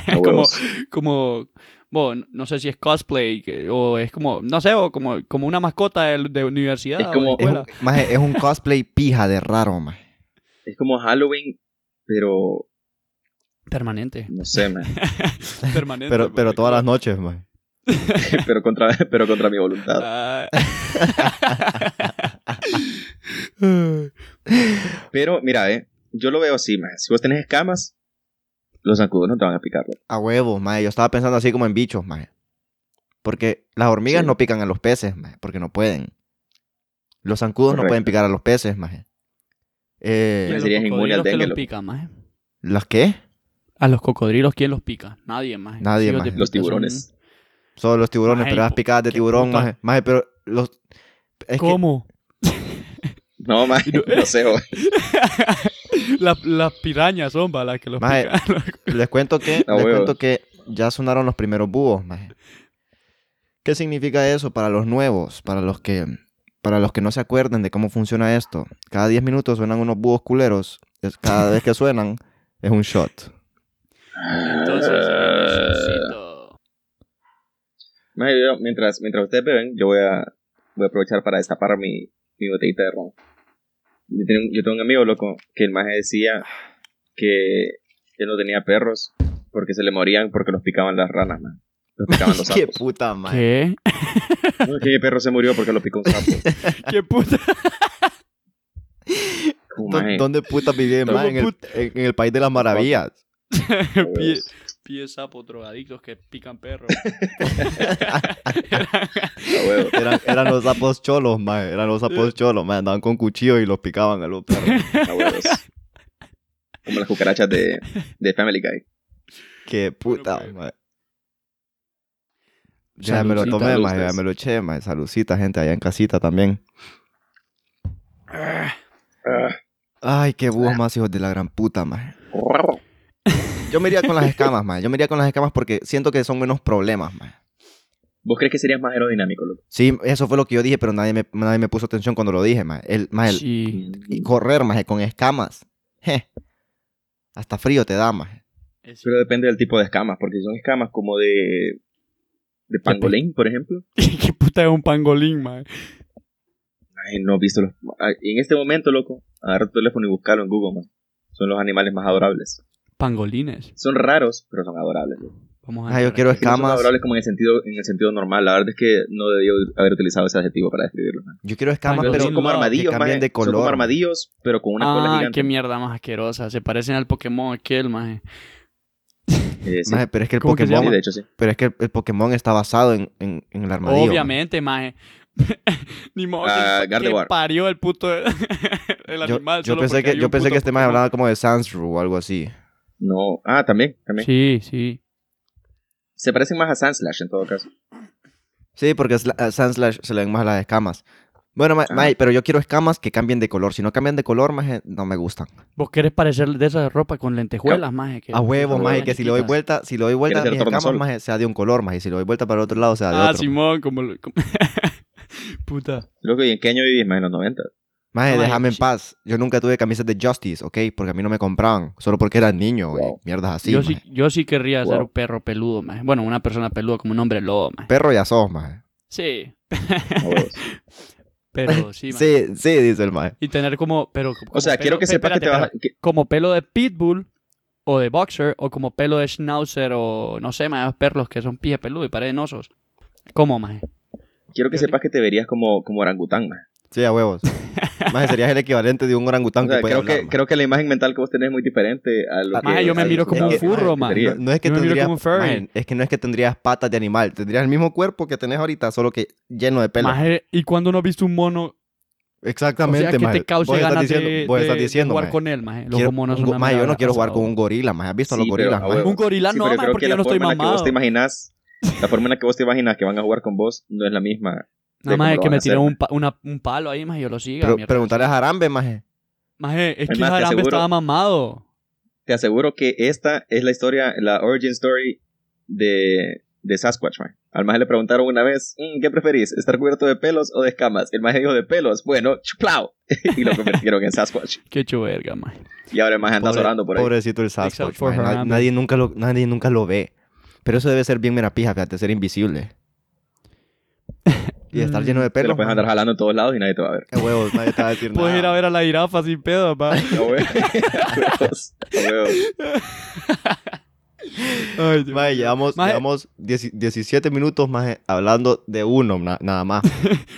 [SPEAKER 3] A
[SPEAKER 4] es como,
[SPEAKER 3] huevos.
[SPEAKER 4] como, bueno, no sé si es cosplay que- o es como, no sé, o como, como una mascota de, de universidad.
[SPEAKER 3] Es
[SPEAKER 4] o de
[SPEAKER 3] como-
[SPEAKER 2] Es
[SPEAKER 4] escuela.
[SPEAKER 2] un, mae, es un cosplay pija de raro, mae.
[SPEAKER 3] Es como Halloween, pero
[SPEAKER 4] permanente.
[SPEAKER 3] no sé, man.
[SPEAKER 4] permanente.
[SPEAKER 2] Pero, pero
[SPEAKER 4] porque-
[SPEAKER 2] todas las noches, mae.
[SPEAKER 3] pero contra, pero contra mi voluntad.
[SPEAKER 4] Ah.
[SPEAKER 3] Pero mira, eh, yo lo veo así, man. Si vos tenés escamas, los zancudos no te van a picar. man.
[SPEAKER 2] A huevos, mae. Yo estaba pensando así como en bichos, mae. Porque las hormigas
[SPEAKER 3] Sí.
[SPEAKER 2] no pican a los peces, mae. Porque no pueden. Los zancudos no
[SPEAKER 3] Correcto.
[SPEAKER 2] pueden picar a los peces, mae.
[SPEAKER 4] Y a
[SPEAKER 2] Eh,
[SPEAKER 4] los
[SPEAKER 3] serías inmune al
[SPEAKER 4] cocodrilos, ¿quién
[SPEAKER 3] dengue,
[SPEAKER 4] los
[SPEAKER 3] loco.
[SPEAKER 4] pica, maje?
[SPEAKER 2] ¿Las qué?
[SPEAKER 4] A los cocodrilos, ¿quién los pica? Nadie, más.
[SPEAKER 2] Nadie, maje.
[SPEAKER 3] Los tiburones.
[SPEAKER 2] Solo los tiburones,
[SPEAKER 4] Ay,
[SPEAKER 2] pero las
[SPEAKER 4] pu-
[SPEAKER 2] picadas de
[SPEAKER 4] qué
[SPEAKER 2] tiburón,
[SPEAKER 4] puta.
[SPEAKER 2] mae. Mae, pero los... Es que-
[SPEAKER 4] ¿Cómo?
[SPEAKER 3] No, man, no sé. oh.
[SPEAKER 4] La- las pirañas son para las que los
[SPEAKER 2] Maje.
[SPEAKER 4] pican.
[SPEAKER 2] Les cuento que,
[SPEAKER 3] A
[SPEAKER 2] les
[SPEAKER 3] huevo.
[SPEAKER 2] cuento que ya sonaron los primeros búhos, maje. ¿Qué significa eso para los nuevos? Para los que para los que no se acuerden de cómo funciona esto. Cada 10 minutos suenan unos búhos culeros. Es- Cada vez que suenan es un shot.
[SPEAKER 4] Entonces,
[SPEAKER 3] Ah.
[SPEAKER 4] shotcito.
[SPEAKER 3] Man, yo- mientras, mientras ustedes beben, yo voy a, voy a aprovechar para destapar mi, mi botellita de ron. Yo tengo, yo tengo un amigo loco que el maje decía que él no tenía perros porque se le morían porque los picaban las ranas, man. Los picaban los
[SPEAKER 2] ¡Qué
[SPEAKER 3] sapos.
[SPEAKER 2] puta madre!
[SPEAKER 4] ¿Qué?
[SPEAKER 3] No, es que mi perro se murió porque lo picó un sapo.
[SPEAKER 4] ¿Qué puta?
[SPEAKER 3] Como,
[SPEAKER 2] ¿Dó-
[SPEAKER 3] maje,
[SPEAKER 2] ¿Dónde puta vive
[SPEAKER 4] ¿Cómo
[SPEAKER 2] más? En el,
[SPEAKER 4] puta?
[SPEAKER 2] en- en el país de las maravillas.
[SPEAKER 4] Pie,
[SPEAKER 3] Pues.
[SPEAKER 4] pie sapo drogadictos que pican perros.
[SPEAKER 3] a huevo.
[SPEAKER 2] Eran, eran los sapos cholos, mae. Eran los sapos cholos, mae. Andaban con cuchillo y los picaban a los perros.
[SPEAKER 3] A huevos. Como las cucarachas de, de Family Guy.
[SPEAKER 2] ¡Qué puta,
[SPEAKER 4] pues.
[SPEAKER 2] mae! Ya me lo
[SPEAKER 4] Saludcita.
[SPEAKER 2] tomé, mae. Ya
[SPEAKER 3] ustedes.
[SPEAKER 2] me lo eché, mae. Saludcita, gente, allá en casita también. Ay, qué búhos más hijos de la gran puta, mae. Yo me iría con las escamas, mae. Yo me iría con las escamas porque siento que son menos problemas, mae.
[SPEAKER 3] ¿Vos crees que serías más aerodinámico, loco?
[SPEAKER 2] Sí, eso fue lo que yo dije, pero nadie me, nadie me puso atención cuando lo dije, mae. El, mae, el-
[SPEAKER 4] Sí.
[SPEAKER 2] y correr, mae, con escamas. Je. Hasta frío te da, mae.
[SPEAKER 4] Es-
[SPEAKER 3] Pero depende del tipo de escamas, porque si son escamas como de. de pangolín, por ejemplo.
[SPEAKER 4] ¿Qué puta es un pangolín, man?
[SPEAKER 3] Ay, no he visto los. ay, En este momento, loco, agarra tu teléfono y buscalo en Google, man. Son los animales más adorables.
[SPEAKER 4] Pangolines.
[SPEAKER 3] Son raros, pero son adorables. loco.
[SPEAKER 4] Vamos a
[SPEAKER 2] Ah, yo
[SPEAKER 4] entrar
[SPEAKER 2] quiero
[SPEAKER 4] aquí.
[SPEAKER 3] Que no son
[SPEAKER 2] Camas.
[SPEAKER 3] adorables como en el sentido, en el sentido normal. La verdad es que no debía haber utilizado ese adjetivo para describirlo. man.
[SPEAKER 2] Yo quiero escamas,
[SPEAKER 4] Ay,
[SPEAKER 2] pero
[SPEAKER 3] son como
[SPEAKER 4] no, que
[SPEAKER 3] armadillos,
[SPEAKER 2] cambien
[SPEAKER 3] man.
[SPEAKER 2] de
[SPEAKER 3] Son como
[SPEAKER 2] color.
[SPEAKER 3] armadillos, pero con una cola
[SPEAKER 4] ah,
[SPEAKER 3] gigante.
[SPEAKER 4] qué mierda más asquerosa. Se parecen al Pokémon aquel, maje.
[SPEAKER 3] Eh, sí.
[SPEAKER 2] Maje, pero es que el
[SPEAKER 4] ¿Cómo que se
[SPEAKER 2] Pokémon,
[SPEAKER 3] Sí, de hecho, sí.
[SPEAKER 2] pero es que el, el Pokémon está basado en, en, en el armadillo.
[SPEAKER 4] Obviamente, maje. Ni modo
[SPEAKER 3] Ah,
[SPEAKER 4] que, que
[SPEAKER 3] Gardevoir.
[SPEAKER 4] parió el puto el
[SPEAKER 2] Yo,
[SPEAKER 4] animal.
[SPEAKER 2] yo
[SPEAKER 4] solo
[SPEAKER 2] pensé
[SPEAKER 4] porque
[SPEAKER 2] que
[SPEAKER 4] hay
[SPEAKER 2] yo
[SPEAKER 4] un
[SPEAKER 2] pensé
[SPEAKER 4] puto
[SPEAKER 2] que este más
[SPEAKER 4] Pokémon.
[SPEAKER 2] hablaba como de Sansru o algo así.
[SPEAKER 3] No. Ah, también, también.
[SPEAKER 4] Sí, sí.
[SPEAKER 3] Se parecen más a Sandslash en todo caso.
[SPEAKER 2] Sí, porque sla- a Sandslash se le ven más las escamas. Bueno, ma-
[SPEAKER 3] Ah.
[SPEAKER 2] maje, pero yo quiero escamas que cambien de color. Si no cambian de color, maje, no me gustan.
[SPEAKER 4] Vos querés parecer de esa ropa con lentejuelas, maje. que-
[SPEAKER 2] A huevo,
[SPEAKER 3] huevo,
[SPEAKER 2] maje, que si le doy vuelta, si le doy vuelta a
[SPEAKER 3] Quiere
[SPEAKER 2] mis
[SPEAKER 3] ser
[SPEAKER 2] escamas,
[SPEAKER 3] tornasol.
[SPEAKER 2] maje, sea de un color, maje. Y si le doy vuelta para el otro lado, sea de
[SPEAKER 4] Ah,
[SPEAKER 2] otro.
[SPEAKER 4] Simón, como... lo- como- Puta.
[SPEAKER 3] Creo que en qué año vivís más en los 90.
[SPEAKER 2] Maje,
[SPEAKER 4] Maje,
[SPEAKER 2] déjame en
[SPEAKER 4] sí.
[SPEAKER 2] paz. Yo nunca tuve camisas de Justice, ¿ok? Porque a mí no me compraban. Solo porque era niño
[SPEAKER 3] Wow.
[SPEAKER 2] y mierdas así,
[SPEAKER 4] yo,
[SPEAKER 2] maje.
[SPEAKER 4] sí, yo sí querría ser
[SPEAKER 3] Wow.
[SPEAKER 4] un perro peludo, maje. Bueno, una persona peluda como un hombre lobo, maje.
[SPEAKER 2] Perro ya sos, maje.
[SPEAKER 4] Sí,
[SPEAKER 3] a huevos.
[SPEAKER 4] pero
[SPEAKER 2] Sí,
[SPEAKER 4] sí, maje.
[SPEAKER 2] sí, dice el maje.
[SPEAKER 4] Y tener como... pero como
[SPEAKER 3] O sea,
[SPEAKER 4] pelo-
[SPEAKER 3] quiero que
[SPEAKER 4] pe-
[SPEAKER 3] sepas que
[SPEAKER 4] espérate,
[SPEAKER 3] te vas a...
[SPEAKER 4] espérate. Como pelo de pitbull o de boxer o como pelo de schnauzer o no sé, más perros que son pie peludo y parecen osos. ¿Cómo, maje?
[SPEAKER 3] que- Quiero que sepas que te verías como, como orangután, man.
[SPEAKER 2] Sí, a huevos. maje, serías el equivalente de un orangután
[SPEAKER 3] O sea,
[SPEAKER 2] que puede
[SPEAKER 3] creo,
[SPEAKER 2] hablar,
[SPEAKER 3] que,
[SPEAKER 2] maje.
[SPEAKER 3] creo que la imagen mental que vos tenés es muy diferente a lo que...
[SPEAKER 4] Maje, yo me
[SPEAKER 3] a lo
[SPEAKER 4] miro
[SPEAKER 3] que
[SPEAKER 4] como un
[SPEAKER 3] estaba-
[SPEAKER 4] furro, man.
[SPEAKER 3] sería.
[SPEAKER 2] No, no es que
[SPEAKER 4] Yo me miro
[SPEAKER 2] tendrías,
[SPEAKER 4] como un furry.
[SPEAKER 2] maje, es que no es que tendrías patas de animal, tendrías el mismo cuerpo que tenés ahorita, solo que lleno de pelo.
[SPEAKER 4] Maje, ¿y cuando no has visto un mono
[SPEAKER 2] Exactamente,
[SPEAKER 4] o sea, que
[SPEAKER 2] maje.
[SPEAKER 4] te cause
[SPEAKER 2] Vos estás
[SPEAKER 4] ganas
[SPEAKER 2] diciendo,
[SPEAKER 4] de,
[SPEAKER 2] vos
[SPEAKER 4] de-
[SPEAKER 2] estás
[SPEAKER 4] de
[SPEAKER 2] diciendo,
[SPEAKER 4] jugar
[SPEAKER 2] maje.
[SPEAKER 4] con él, maje. Los
[SPEAKER 2] Quiero-
[SPEAKER 4] monos
[SPEAKER 2] un
[SPEAKER 4] son
[SPEAKER 2] go-
[SPEAKER 4] una
[SPEAKER 2] maje, yo
[SPEAKER 4] mierda,
[SPEAKER 2] no quiero jugar
[SPEAKER 4] pasado.
[SPEAKER 2] con un gorila, maje. ¿Has visto
[SPEAKER 3] Sí,
[SPEAKER 2] los
[SPEAKER 3] pero,
[SPEAKER 2] gorilas,
[SPEAKER 3] a
[SPEAKER 2] maje?
[SPEAKER 3] huevo.
[SPEAKER 4] Un gorila
[SPEAKER 3] Sí,
[SPEAKER 4] no,
[SPEAKER 3] pero
[SPEAKER 4] maje,
[SPEAKER 3] creo
[SPEAKER 4] porque
[SPEAKER 3] que la
[SPEAKER 4] yo no estoy
[SPEAKER 3] forma en la que vos
[SPEAKER 4] mamado.
[SPEAKER 3] te imaginás, la forma en la que vos te imaginás que van a jugar con vos no es la misma.
[SPEAKER 4] Nada
[SPEAKER 3] de cómo
[SPEAKER 4] más es
[SPEAKER 3] lo van
[SPEAKER 4] que
[SPEAKER 3] a
[SPEAKER 4] me
[SPEAKER 3] hacer,
[SPEAKER 4] tiró
[SPEAKER 3] maje.
[SPEAKER 4] un, pa- una- un palo ahí, más yo lo siga.
[SPEAKER 2] Pre-
[SPEAKER 4] mierda.
[SPEAKER 2] preguntarle a Jarambe, maje.
[SPEAKER 4] Maje,
[SPEAKER 3] Es
[SPEAKER 4] es que
[SPEAKER 3] más, te
[SPEAKER 4] Jarambe
[SPEAKER 3] aseguro-
[SPEAKER 4] estaba mamado.
[SPEAKER 3] Te aseguro que esta es la historia, la origin story de, de Sasquatch, man. Al más le preguntaron una vez, "Mm, ¿qué preferís? ¿Estar cubierto de pelos o de escamas? El más dijo de pelos, bueno, chuplau. y lo convirtieron en Sasquatch.
[SPEAKER 4] Qué chuverga, maje.
[SPEAKER 3] Y ahora el más anda
[SPEAKER 2] Pobre-
[SPEAKER 3] orando por ahí.
[SPEAKER 2] Pobrecito el Sasquatch,
[SPEAKER 4] Except for
[SPEAKER 2] maje. Na-
[SPEAKER 4] Harambe.
[SPEAKER 2] nadie, nunca lo, nadie nunca lo ve. Pero eso debe ser bien merapija, fíjate, ser invisible. Y estar lleno de
[SPEAKER 3] Te lo
[SPEAKER 2] pelos.
[SPEAKER 3] puedes
[SPEAKER 2] maje.
[SPEAKER 3] andar jalando en todos lados y nadie te va a ver.
[SPEAKER 2] Qué huevos, nadie te va a decir
[SPEAKER 4] Puedes ir a
[SPEAKER 2] nada.
[SPEAKER 4] ver a la jirafa sin pedo, pa.
[SPEAKER 3] A huevo. A huevos. A huevos.
[SPEAKER 4] Ay, Dios.
[SPEAKER 2] Maje, llevamos,
[SPEAKER 4] Maje.
[SPEAKER 2] llevamos dieci- 17 minutos más hablando de uno na- nada más.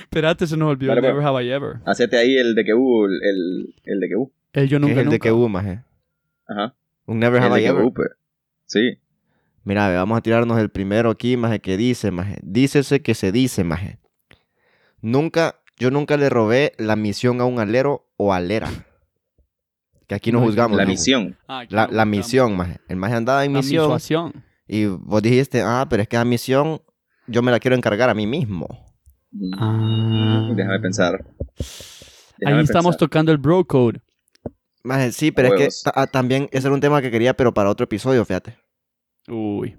[SPEAKER 4] Espérate, se nos olvidó el
[SPEAKER 3] Vale,
[SPEAKER 2] pues.
[SPEAKER 4] Never Have I Ever.
[SPEAKER 3] Hacete ahí el de que hubo, el, el, el de que hubo.
[SPEAKER 4] El yo
[SPEAKER 2] que
[SPEAKER 4] nunca,
[SPEAKER 2] es el de
[SPEAKER 4] nunca.
[SPEAKER 2] que hubo, maje.
[SPEAKER 3] Ajá.
[SPEAKER 2] Un Never
[SPEAKER 3] El
[SPEAKER 2] Have
[SPEAKER 3] de
[SPEAKER 2] I
[SPEAKER 3] que
[SPEAKER 2] Ever.
[SPEAKER 3] hubo, pues. Sí.
[SPEAKER 2] Mira, ve, vamos a tirarnos el primero aquí, maje, que dice, maje. Dícese que se dice, maje. Nunca, yo nunca le robé la misión a un alero o alera. Que aquí no
[SPEAKER 4] No,
[SPEAKER 2] juzgamos.
[SPEAKER 3] La
[SPEAKER 2] ¿no?
[SPEAKER 3] misión.
[SPEAKER 4] Ah, aquí
[SPEAKER 2] La,
[SPEAKER 4] no
[SPEAKER 2] la
[SPEAKER 4] buscamos.
[SPEAKER 2] misión, maje. El maje andaba en
[SPEAKER 4] La
[SPEAKER 2] misión
[SPEAKER 4] misuación.
[SPEAKER 2] y vos dijiste, ah, pero es que la misión yo me la quiero encargar a mí mismo.
[SPEAKER 3] Mm.
[SPEAKER 4] Ah.
[SPEAKER 3] Déjame pensar.
[SPEAKER 4] Ahí
[SPEAKER 3] Déjame
[SPEAKER 4] estamos
[SPEAKER 3] pensar.
[SPEAKER 4] tocando el bro code.
[SPEAKER 2] Maje, sí, pero es
[SPEAKER 3] Huevos.
[SPEAKER 2] que ta- ah, también ese era un tema que quería, pero para otro episodio, fíjate.
[SPEAKER 4] Uy.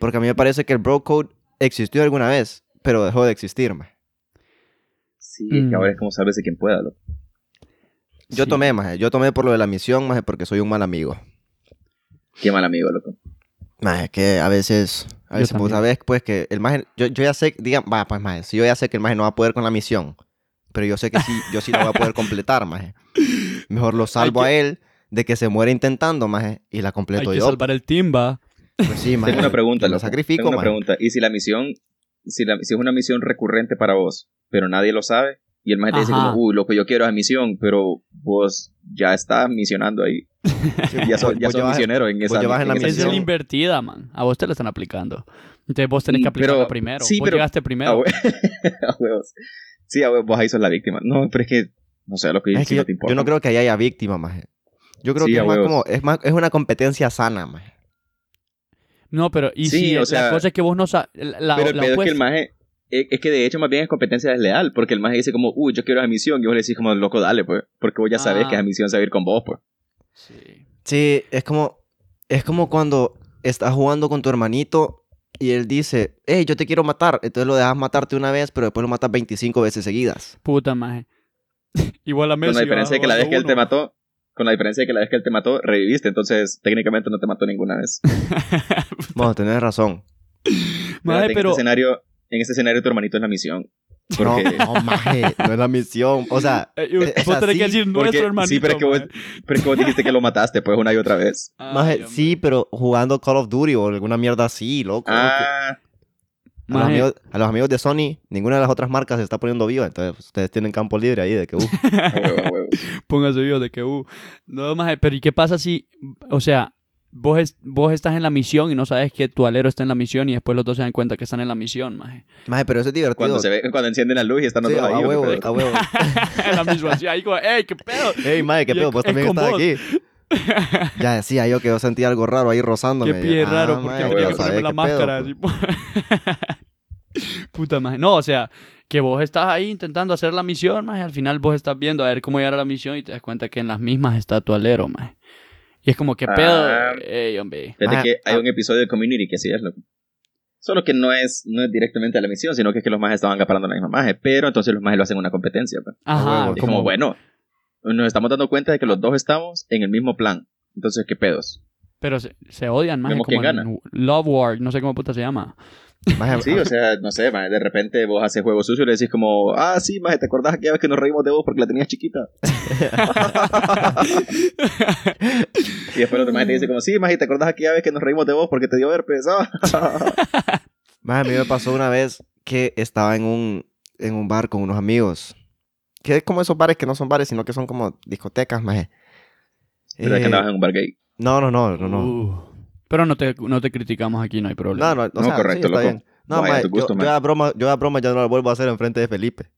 [SPEAKER 2] Porque a mí me parece que el bro code existió alguna vez, pero dejó de existir, maje.
[SPEAKER 3] Sí, es
[SPEAKER 4] Mm.
[SPEAKER 3] que ahora es como sabes de quién pueda. loco.
[SPEAKER 2] Yo
[SPEAKER 4] Sí.
[SPEAKER 2] tomé, maje. Yo tomé por lo de la misión, maje, porque soy un mal amigo.
[SPEAKER 3] Qué mal amigo, loco.
[SPEAKER 2] Maje, que a veces... A
[SPEAKER 4] Yo
[SPEAKER 2] veces, pues,
[SPEAKER 4] también.
[SPEAKER 2] sabes, pues, que el maje... Yo, yo ya sé... Digan, va, pues, maje. Si yo ya sé que el maje no va a poder con la misión. Pero yo sé que sí, yo sí la voy a poder completar, maje. Mejor lo salvo a él de que se muera intentando, maje. Y la
[SPEAKER 4] Hay
[SPEAKER 2] completo
[SPEAKER 4] que
[SPEAKER 2] yo.
[SPEAKER 4] salvar el timba.
[SPEAKER 2] Pues sí, maje.
[SPEAKER 3] Tengo una pregunta,
[SPEAKER 2] yo Lo
[SPEAKER 3] loco.
[SPEAKER 2] sacrifico,
[SPEAKER 3] Tengo una
[SPEAKER 2] maje.
[SPEAKER 3] pregunta. ¿Y si la misión, si, la- si es una misión recurrente para vos, pero nadie lo sabe? Y el maestro te dice
[SPEAKER 4] Ajá.
[SPEAKER 3] como, uy, loco, yo quiero esa misión, pero vos ya estás misionando ahí. Ya sos,
[SPEAKER 2] Vos-
[SPEAKER 3] ya
[SPEAKER 2] vos
[SPEAKER 3] sos
[SPEAKER 2] llevas-
[SPEAKER 3] misionero en
[SPEAKER 2] vos
[SPEAKER 3] esa,
[SPEAKER 2] llevas en la
[SPEAKER 3] esa
[SPEAKER 4] Es
[SPEAKER 2] misión.
[SPEAKER 4] de la invertida, man. A vos te lo están aplicando. Entonces vos tenés
[SPEAKER 3] Sí,
[SPEAKER 4] que aplicarlo
[SPEAKER 3] pero-
[SPEAKER 4] primero.
[SPEAKER 3] sí,
[SPEAKER 4] vos
[SPEAKER 3] pero- ah,
[SPEAKER 4] llegaste
[SPEAKER 3] A
[SPEAKER 4] primero.
[SPEAKER 3] hue- a huevos. Sí, a huevos, vos ahí sos la víctima. No, pero es que, no sé, lo que
[SPEAKER 2] Es
[SPEAKER 3] si
[SPEAKER 2] que yo,
[SPEAKER 3] no te
[SPEAKER 2] yo
[SPEAKER 3] importa.
[SPEAKER 2] no creo que ahí haya víctima, maje. Yo creo
[SPEAKER 3] Sí,
[SPEAKER 2] que es
[SPEAKER 3] a
[SPEAKER 2] más
[SPEAKER 3] huevos.
[SPEAKER 2] como... Es, más, es una competencia sana, maje.
[SPEAKER 4] No, pero y
[SPEAKER 3] Sí,
[SPEAKER 4] si
[SPEAKER 3] o sea-
[SPEAKER 4] la cosa es que vos no sabes. La,
[SPEAKER 3] pero el pedo
[SPEAKER 4] la
[SPEAKER 3] es que
[SPEAKER 4] opuesta-
[SPEAKER 3] el maje, es, es que de hecho más bien es competencia desleal, porque el maje dice como, uy, yo quiero esa misión, y vos le decís como, loco, dale, pues, porque vos ya sabés
[SPEAKER 4] Ah.
[SPEAKER 3] que esa misión se va a ir con vos, pues.
[SPEAKER 4] Sí.
[SPEAKER 2] Sí, es como, es como cuando estás jugando con tu hermanito y él dice, hey, yo te quiero matar. Entonces lo dejas matarte una vez, pero después lo matas 25 veces seguidas.
[SPEAKER 4] Puta maje. Igual a Messi.
[SPEAKER 3] con la diferencia de que la
[SPEAKER 4] va,
[SPEAKER 3] vez que él te
[SPEAKER 4] uno.
[SPEAKER 3] mató, con la diferencia de que la vez que él te mató, reviviste, entonces técnicamente no te mató ninguna vez.
[SPEAKER 2] Bueno, tenés razón.
[SPEAKER 3] Fíjate,
[SPEAKER 4] Maje,
[SPEAKER 3] en, este
[SPEAKER 4] pero eh,
[SPEAKER 3] escenario, en este escenario tu hermanito es la misión. Porque,
[SPEAKER 2] No, no, maje, no es la misión. O sea,
[SPEAKER 4] Eh, y
[SPEAKER 2] Es
[SPEAKER 4] vos tenés que
[SPEAKER 2] así,
[SPEAKER 4] decir
[SPEAKER 3] porque-
[SPEAKER 4] nuestro hermanito.
[SPEAKER 3] sí, pero es que vos-
[SPEAKER 4] mae.
[SPEAKER 3] pero es que vos dijiste que lo mataste, pues, una y otra vez.
[SPEAKER 4] Ay,
[SPEAKER 2] maje,
[SPEAKER 4] hombre.
[SPEAKER 2] sí, pero jugando Call of Duty o alguna mierda así, loco.
[SPEAKER 3] Ah,
[SPEAKER 2] que a, los
[SPEAKER 4] Maje.
[SPEAKER 2] amigos, a los amigos de Sony, ninguna de las otras marcas se está poniendo viva. Entonces, pues, ustedes tienen campo libre ahí de que, uh,
[SPEAKER 3] a huevo, a huevo.
[SPEAKER 4] Póngase yo de que, uh, no más, pero ¿y qué pasa si, o sea, vos, es- vos estás en la misión y no sabes que tu alero está en la misión y después los dos se dan cuenta que están en la misión, maje?
[SPEAKER 2] maje, pero eso es divertido.
[SPEAKER 3] Cuando, se ve, cuando encienden la luz y están
[SPEAKER 2] Sí,
[SPEAKER 3] todos
[SPEAKER 2] a
[SPEAKER 3] ahí. ¿o qué
[SPEAKER 2] huevo,
[SPEAKER 3] pedo?
[SPEAKER 2] a huevo.
[SPEAKER 4] en la misma ciudad, ahí como, ¡ey, qué pedo!
[SPEAKER 2] Ey, madre, qué
[SPEAKER 4] Y
[SPEAKER 2] pedo,
[SPEAKER 4] es-
[SPEAKER 2] vos también
[SPEAKER 4] es con
[SPEAKER 2] estás
[SPEAKER 4] vos.
[SPEAKER 2] aquí. Ya decía yo que yo sentía algo raro ahí rozándome.
[SPEAKER 4] Qué pie
[SPEAKER 2] Ah,
[SPEAKER 4] raro, porque
[SPEAKER 2] mae,
[SPEAKER 3] huevo,
[SPEAKER 4] me tenía que
[SPEAKER 2] ya sabía
[SPEAKER 4] ponerme la
[SPEAKER 2] qué pedo,
[SPEAKER 4] máscara.
[SPEAKER 2] pues.
[SPEAKER 4] así, po. Puta maje. No, o sea, que vos estás ahí intentando hacer la misión, maje. Al final vos estás viendo a ver cómo llegar a la misión y te das cuenta que en las mismas está tu alero, maje. Y es como, ¿qué pedo?
[SPEAKER 3] Ah.
[SPEAKER 4] ey, hombre.
[SPEAKER 3] Fíjate
[SPEAKER 2] Ah,
[SPEAKER 3] que hay
[SPEAKER 2] ah.
[SPEAKER 3] un episodio de Community que así es loco. Solo que no es, no es directamente a la misión, sino que es que los majes estaban acaparando la misma maje, pero entonces los majes lo hacen una competencia. pues.
[SPEAKER 4] Ajá,
[SPEAKER 2] huevo,
[SPEAKER 3] Es como, bueno, nos estamos dando cuenta de que los dos estamos en el mismo plan. Entonces, ¿qué pedos?
[SPEAKER 4] Pero se, se odian, maje.
[SPEAKER 3] Vemos
[SPEAKER 4] Como
[SPEAKER 3] quién
[SPEAKER 4] en Love War, no sé cómo puta se llama.
[SPEAKER 2] Maje,
[SPEAKER 3] Sí, o sea, no sé, maje, de repente vos haces juego sucio y le decís como, ah, sí, maje, ¿te acordás aquella vez que nos reímos de vos porque la tenías chiquita? y después los demás te dicen como, sí, maje, ¿te acordás aquella vez que nos reímos de vos porque te dio herpes? Ah".
[SPEAKER 2] Más a mí me pasó una vez que estaba en un, en un bar con unos amigos. Que es como esos bares que no son bares, sino que son como discotecas, maje.
[SPEAKER 3] Pero es que
[SPEAKER 2] Eh,
[SPEAKER 3] andabas en un bar gay.
[SPEAKER 2] no, no, no, no, no.
[SPEAKER 4] Uh. Pero no te, no te criticamos aquí, no hay
[SPEAKER 2] No,
[SPEAKER 4] problema.
[SPEAKER 2] no, o
[SPEAKER 3] No,
[SPEAKER 2] sea, sí, está
[SPEAKER 3] correcto, loco.
[SPEAKER 2] bien. No,
[SPEAKER 3] Vaya,
[SPEAKER 2] maje,
[SPEAKER 3] tu gusto,
[SPEAKER 2] yo,
[SPEAKER 3] maje.
[SPEAKER 2] yo, la broma, yo la broma ya no la vuelvo a hacer enfrente de Felipe.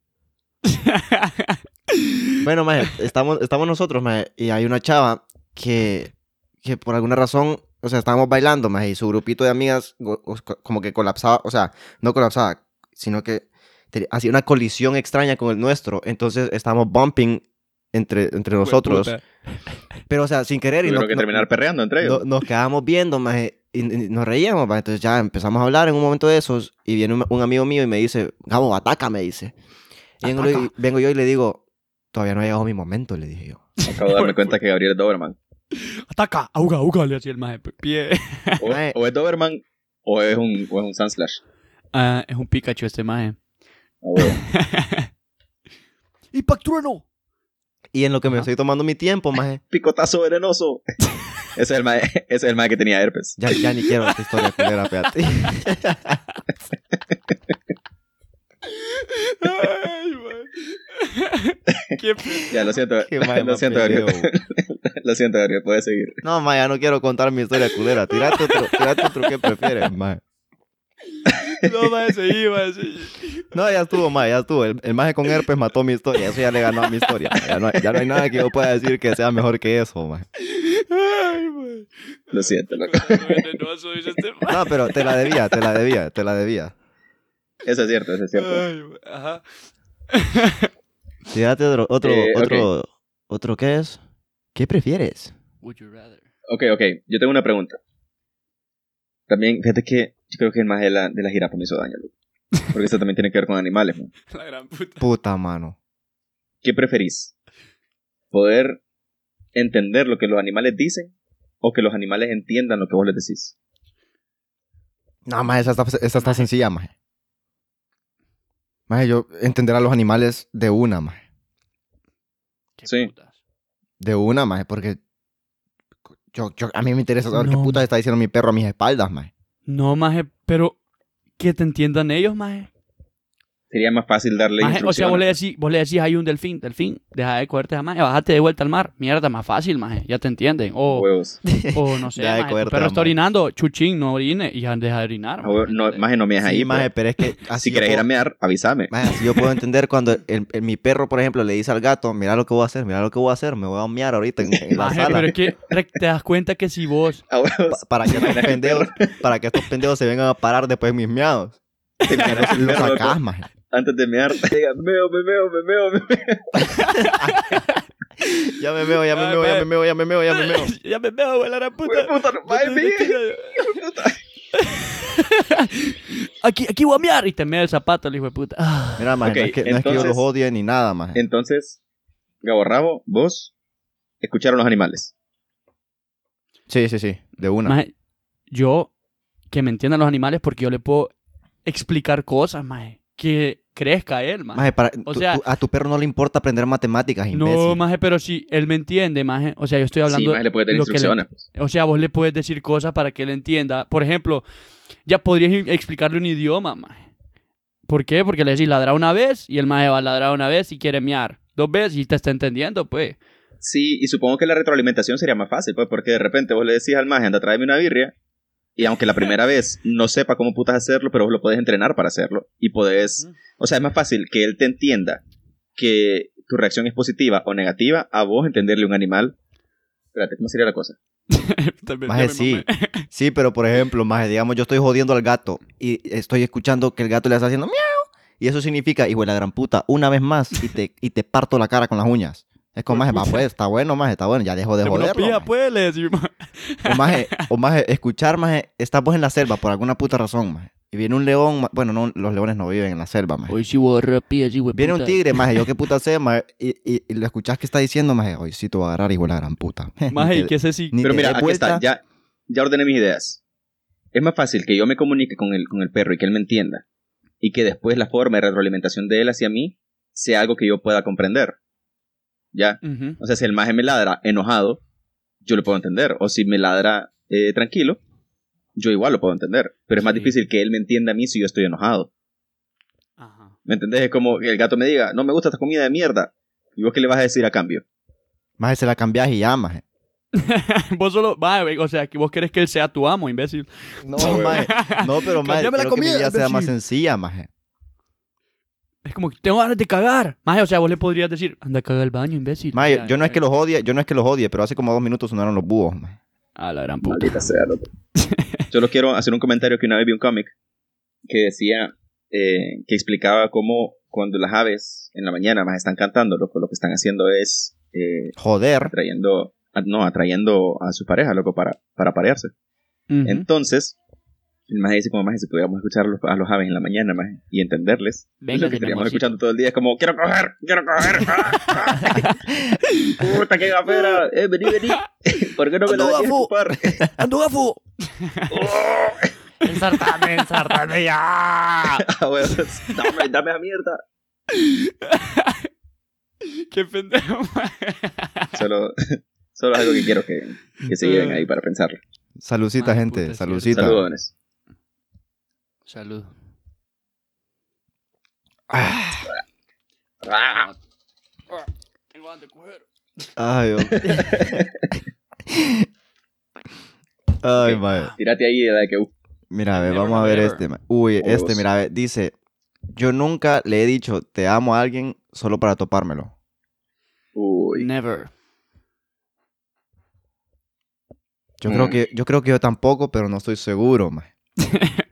[SPEAKER 2] Bueno, maje, estamos, estamos nosotros, maje, y hay una chava que, que por alguna razón, o sea, estábamos bailando, maje, y su grupito de amigas go- os- co- como que colapsaba, o sea, no colapsaba, sino que te- hacía una colisión extraña con el nuestro, entonces estábamos bumping entre, entre nosotros,
[SPEAKER 4] Puta.
[SPEAKER 2] pero o sea, sin querer, y
[SPEAKER 3] Tuvieron
[SPEAKER 2] no-
[SPEAKER 3] que
[SPEAKER 2] no-
[SPEAKER 3] terminar perreando entre ellos.
[SPEAKER 2] no- nos quedábamos viendo, maje, y, y nos reíamos, maje, entonces ya empezamos a hablar en un momento de esos, y viene un, un amigo mío y me dice, Gabo, ataca, me dice. Y vengo,
[SPEAKER 4] Ataca.
[SPEAKER 2] y- vengo yo y le digo, todavía no ha llegado mi momento, le dije yo.
[SPEAKER 3] Acabo de darme cuenta que Gabriel es Doberman.
[SPEAKER 4] Ataca, auga, auga, le hacía el maje. Pie.
[SPEAKER 3] O,
[SPEAKER 2] Mae.
[SPEAKER 3] o es Doberman o es un, o es un Sandslash.
[SPEAKER 4] Ah, es un Pikachu este maje.
[SPEAKER 3] Ah, huevo.
[SPEAKER 4] ¡Impactrueno!
[SPEAKER 2] Y en lo que me
[SPEAKER 4] Ajá.
[SPEAKER 2] estoy tomando mi tiempo, maje.
[SPEAKER 3] Picotazo venenoso. ese, es el mae, ese es el mae que tenía herpes.
[SPEAKER 2] Ya, ya ni quiero esta historia culera, espérate.
[SPEAKER 4] Ay, maje. Qué pe-
[SPEAKER 3] Ya, lo siento.
[SPEAKER 2] Qué maje
[SPEAKER 3] lo
[SPEAKER 2] más
[SPEAKER 3] siento, Gabriel.
[SPEAKER 2] pendejo.
[SPEAKER 3] Lo siento, Gabriel. Puedes seguir.
[SPEAKER 2] No, maje, ya no quiero contar mi historia culera. Tirate otro, tirate otro que prefieres, maje.
[SPEAKER 4] No, maje, se iba. se-
[SPEAKER 2] No, ya estuvo, maje, ya estuvo. El, el maje con herpes mató mi historia. Eso ya le ganó a mi historia. Ya no, hay- ya no hay nada que yo pueda decir que sea mejor que eso, maje.
[SPEAKER 4] Ay, maje.
[SPEAKER 3] Lo siento, loco.
[SPEAKER 4] Picotero venenoso, dice este maje.
[SPEAKER 2] No, pero te la debía, te la debía, te la debía.
[SPEAKER 3] Eso es cierto, eso es
[SPEAKER 2] Ah.
[SPEAKER 3] cierto.
[SPEAKER 4] Ay, maje. Ajá.
[SPEAKER 2] Tirate otro, otro,
[SPEAKER 3] Eh, ok.
[SPEAKER 2] otro, otro, ¿qué es? ¿Qué prefieres?
[SPEAKER 4] Would you rather?
[SPEAKER 3] Ok, ok. Yo tengo una pregunta. También, fíjate que yo creo que el mae de la, de la jirafa me hizo daño, loco. Porque eso también tiene que ver con animales, mae.
[SPEAKER 4] La gran puta.
[SPEAKER 2] Puta mano.
[SPEAKER 3] ¿Qué preferís? ¿Poder entender lo que los animales dicen o que los animales entiendan lo que vos les decís?
[SPEAKER 2] No, maje, esa está, esa está sencilla, maje. Maje, yo entender a los animales de una, maje.
[SPEAKER 4] Qué
[SPEAKER 3] Sí.
[SPEAKER 4] putas.
[SPEAKER 2] De una, maje, porque yo, yo- a mí me interesa saber qué
[SPEAKER 4] No.
[SPEAKER 2] puta está diciendo mi perro a mis espaldas, maje.
[SPEAKER 4] No, maje, pero que te entiendan ellos, maje.
[SPEAKER 3] Sería más fácil darle
[SPEAKER 4] Maje, e- o sea,
[SPEAKER 3] instrucciones.
[SPEAKER 4] vos le decís, vos le decís hay un delfín, delfín, deja de cogerte jamás, bájate de vuelta al mar. Mierda, más fácil, maje, ya te entienden. O,
[SPEAKER 3] Huevos.
[SPEAKER 4] o no sé,
[SPEAKER 2] Deja de
[SPEAKER 4] maje, tu
[SPEAKER 2] cogerte
[SPEAKER 4] perro
[SPEAKER 2] la
[SPEAKER 4] está
[SPEAKER 2] mano.
[SPEAKER 4] orinando, chuchín, no orine y ya deja de orinar.
[SPEAKER 3] Ah, huevo,
[SPEAKER 4] maje,
[SPEAKER 3] no,
[SPEAKER 4] ¿entendés?
[SPEAKER 3] maje, no me dejes
[SPEAKER 2] Sí,
[SPEAKER 3] ahí.
[SPEAKER 2] maje,
[SPEAKER 3] pues.
[SPEAKER 2] pero es que
[SPEAKER 4] e-
[SPEAKER 2] así
[SPEAKER 3] si
[SPEAKER 2] yo
[SPEAKER 3] quieres ir a
[SPEAKER 2] puedo,
[SPEAKER 3] mear, avísame.
[SPEAKER 2] maje, así yo puedo entender cuando el- el- mi perro, por ejemplo, le dice al gato, mira lo que voy a hacer, mira lo que voy a hacer, me voy a mear ahorita en, en la
[SPEAKER 4] Maje,
[SPEAKER 2] sala.
[SPEAKER 4] pero es que rec- te das cuenta que si vos,
[SPEAKER 3] Ah, huevos.
[SPEAKER 2] Pa- para, que estos pendejos, para que estos pendejos se vengan a parar después mis miados.
[SPEAKER 3] Te imaginas el
[SPEAKER 2] Lo
[SPEAKER 3] perro, loco,
[SPEAKER 2] sacás, maje.
[SPEAKER 3] Antes de mear, te diga, meo, me meo, me meo, me meo.
[SPEAKER 2] Ya me meo, ya me
[SPEAKER 3] Ah,
[SPEAKER 4] Ay,
[SPEAKER 2] meo, ya
[SPEAKER 4] maje.
[SPEAKER 2] me meo, ya me meo, ya me meo.
[SPEAKER 4] ya me veo, güey, la gran
[SPEAKER 3] Hue
[SPEAKER 4] puta.
[SPEAKER 3] puta, no, maje,
[SPEAKER 4] Yo te-
[SPEAKER 3] mía.
[SPEAKER 4] aquí, aquí voy a mear y te mea el zapato, el hijo de puta. Ah.
[SPEAKER 2] Mira, maje, no,
[SPEAKER 3] Ok,
[SPEAKER 2] es que, no es que yo
[SPEAKER 3] entonces-
[SPEAKER 2] los odie ni nada, maje.
[SPEAKER 3] Entonces, Gabo Rabo, vos escucharon los animales.
[SPEAKER 2] Sí, sí, sí, de una.
[SPEAKER 4] Maje, yo, que me entiendan los animales porque yo le puedo explicar cosas, maje. que crezca él, más.
[SPEAKER 2] Maje, para-
[SPEAKER 4] O
[SPEAKER 2] tu-
[SPEAKER 4] sea-
[SPEAKER 2] tu- a tu perro no le importa aprender matemáticas, imbécil.
[SPEAKER 4] No, maje, pero si él me entiende, maje. O sea, yo estoy hablando.
[SPEAKER 3] sí, más le puedes dar
[SPEAKER 4] lo que le-
[SPEAKER 3] instrucciones. pues.
[SPEAKER 4] o sea, vos le puedes decir cosas para que él entienda. Por ejemplo, ya podrías i- explicarle un idioma, maje. ¿Por qué? Porque le decís ladrar una vez y el maje va a ladrar una vez y quiere miar. Dos veces y te está entendiendo, pues.
[SPEAKER 3] Sí, y supongo que la retroalimentación sería más fácil, pues, porque de repente vos le decís al maje, anda, tráeme una birria, y aunque la primera vez no sepa cómo putas hacerlo, pero vos lo podés entrenar para hacerlo, y podés,
[SPEAKER 4] Ujú.
[SPEAKER 3] o sea, es más fácil que él te entienda que tu reacción es positiva o negativa a vos entenderle un animal. Espérate, ¿cómo sería la cosa?
[SPEAKER 4] Tal vez
[SPEAKER 2] Maje,
[SPEAKER 4] ya me
[SPEAKER 2] sí.
[SPEAKER 4] mamé.
[SPEAKER 2] Sí, pero por ejemplo, maje, digamos, yo estoy jodiendo al gato y estoy escuchando que el gato le está haciendo miau. Y eso significa, hijo de la gran puta, una vez más y te, y te parto la cara con las uñas. Es como, maje, va
[SPEAKER 4] Puta.
[SPEAKER 2] pues, está bueno, maje, está bueno, ya dejo de
[SPEAKER 4] Te
[SPEAKER 2] joderlo.
[SPEAKER 4] lo pilla,
[SPEAKER 2] maje.
[SPEAKER 4] pues, le decimos.
[SPEAKER 2] O maje, o maje, escuchar, maje, estamos en la selva por alguna puta razón, maje. Y viene un león, ma- bueno, no, los leones no viven en la selva, maje.
[SPEAKER 4] Hoy sí vos rapías, sí, güey.
[SPEAKER 2] Viene un tigre, maje, yo qué puta sé, maje, y, y, y lo escuchás que está diciendo, maje, hoy sí te voy a agarrar, hijo de la gran puta. Ni
[SPEAKER 4] Maje, ¿y
[SPEAKER 2] te-
[SPEAKER 4] qué sé si?
[SPEAKER 2] ni
[SPEAKER 3] Pero
[SPEAKER 2] te
[SPEAKER 3] mira,
[SPEAKER 2] des
[SPEAKER 3] aquí
[SPEAKER 2] vuelta.
[SPEAKER 3] está, ya, ya ordené mis ideas. Es más fácil que yo me comunique con el, con el perro y que él me entienda, y que después la forma de retroalimentación de él hacia mí sea algo que yo pueda comprender. ¿Ya?
[SPEAKER 4] Ujú.
[SPEAKER 3] O sea, si el maje me ladra enojado, yo lo puedo entender. O si me ladra eh, tranquilo, yo igual lo puedo entender. Pero es más
[SPEAKER 4] Sí.
[SPEAKER 3] difícil que él me entienda a mí si yo estoy enojado.
[SPEAKER 4] Ajá.
[SPEAKER 3] ¿Me entendés? Es como que el gato me diga, no me gusta esta comida de mierda. ¿Y vos qué le vas a decir a cambio?
[SPEAKER 2] Maje, se la cambiás y ya, maje.
[SPEAKER 4] Vos solo, maje, güey, o sea, que vos querés que él sea tu amo, imbécil.
[SPEAKER 2] No, maje. No, pero maje,
[SPEAKER 4] Cámbiame
[SPEAKER 2] creo que
[SPEAKER 4] la
[SPEAKER 2] mi
[SPEAKER 4] comida,
[SPEAKER 2] vida sea más
[SPEAKER 4] imbécil.
[SPEAKER 2] sencilla, maje.
[SPEAKER 4] Es como que tengo ganas de cagar. Maje, o sea, vos le podrías decir, anda a cagar al baño, imbécil.
[SPEAKER 2] Maje,
[SPEAKER 4] Ya,
[SPEAKER 2] yo no es
[SPEAKER 4] ya.
[SPEAKER 2] que los odie, yo no es que los odie, pero hace como dos minutos sonaron los búhos, maje.
[SPEAKER 4] A la gran puta.
[SPEAKER 3] Solo quiero hacer un comentario que una vez vi un cómic que decía, eh, que explicaba cómo cuando las aves en la mañana más están cantando, loco, lo que están haciendo es eh,
[SPEAKER 2] Joder.
[SPEAKER 3] atrayendo, ah, no, atrayendo a su pareja, loco, para, para parearse.
[SPEAKER 4] Ujú.
[SPEAKER 3] Entonces, el maje dice como maje, si pudiéramos escuchar a los, a los aves en la mañana, maje, y entenderles,
[SPEAKER 4] Venga,
[SPEAKER 3] lo que estaríamos
[SPEAKER 4] dinamocito.
[SPEAKER 3] escuchando todo el día es como, quiero coger, quiero coger, ah, ah". puta, que gafera, eh, vení, vení, ¿por qué no me lo
[SPEAKER 2] Anduba,
[SPEAKER 3] dejas
[SPEAKER 2] fu.
[SPEAKER 3] ocupar?
[SPEAKER 4] Ensartame, ensartame ya.
[SPEAKER 3] Ah, dame, dame esa mierda.
[SPEAKER 4] Qué pendejo.
[SPEAKER 3] Solo, solo es algo que quiero que, que se lleven ahí para pensarlo.
[SPEAKER 2] Salucita,
[SPEAKER 4] Maje,
[SPEAKER 2] gente,
[SPEAKER 4] puta, es
[SPEAKER 2] salucita.
[SPEAKER 3] Saludos.
[SPEAKER 4] Salud.
[SPEAKER 2] Ah,
[SPEAKER 3] Ah,
[SPEAKER 4] Tengo ganas de coger.
[SPEAKER 2] Ay, Dios. Ay,
[SPEAKER 3] Ok.
[SPEAKER 2] maje.
[SPEAKER 3] tírate ahí de la que... uh,
[SPEAKER 2] Mira, a ver,
[SPEAKER 4] Never
[SPEAKER 2] vamos a
[SPEAKER 4] not
[SPEAKER 2] ver
[SPEAKER 4] ever.
[SPEAKER 2] este. ma- Uy,
[SPEAKER 3] Huevos.
[SPEAKER 2] este, mira, a ver, dice, yo nunca le he dicho te amo a alguien solo para topármelo.
[SPEAKER 3] Uy,
[SPEAKER 4] Never.
[SPEAKER 2] Yo creo
[SPEAKER 3] Mm.
[SPEAKER 2] que yo creo que yo tampoco, pero no estoy seguro, maje.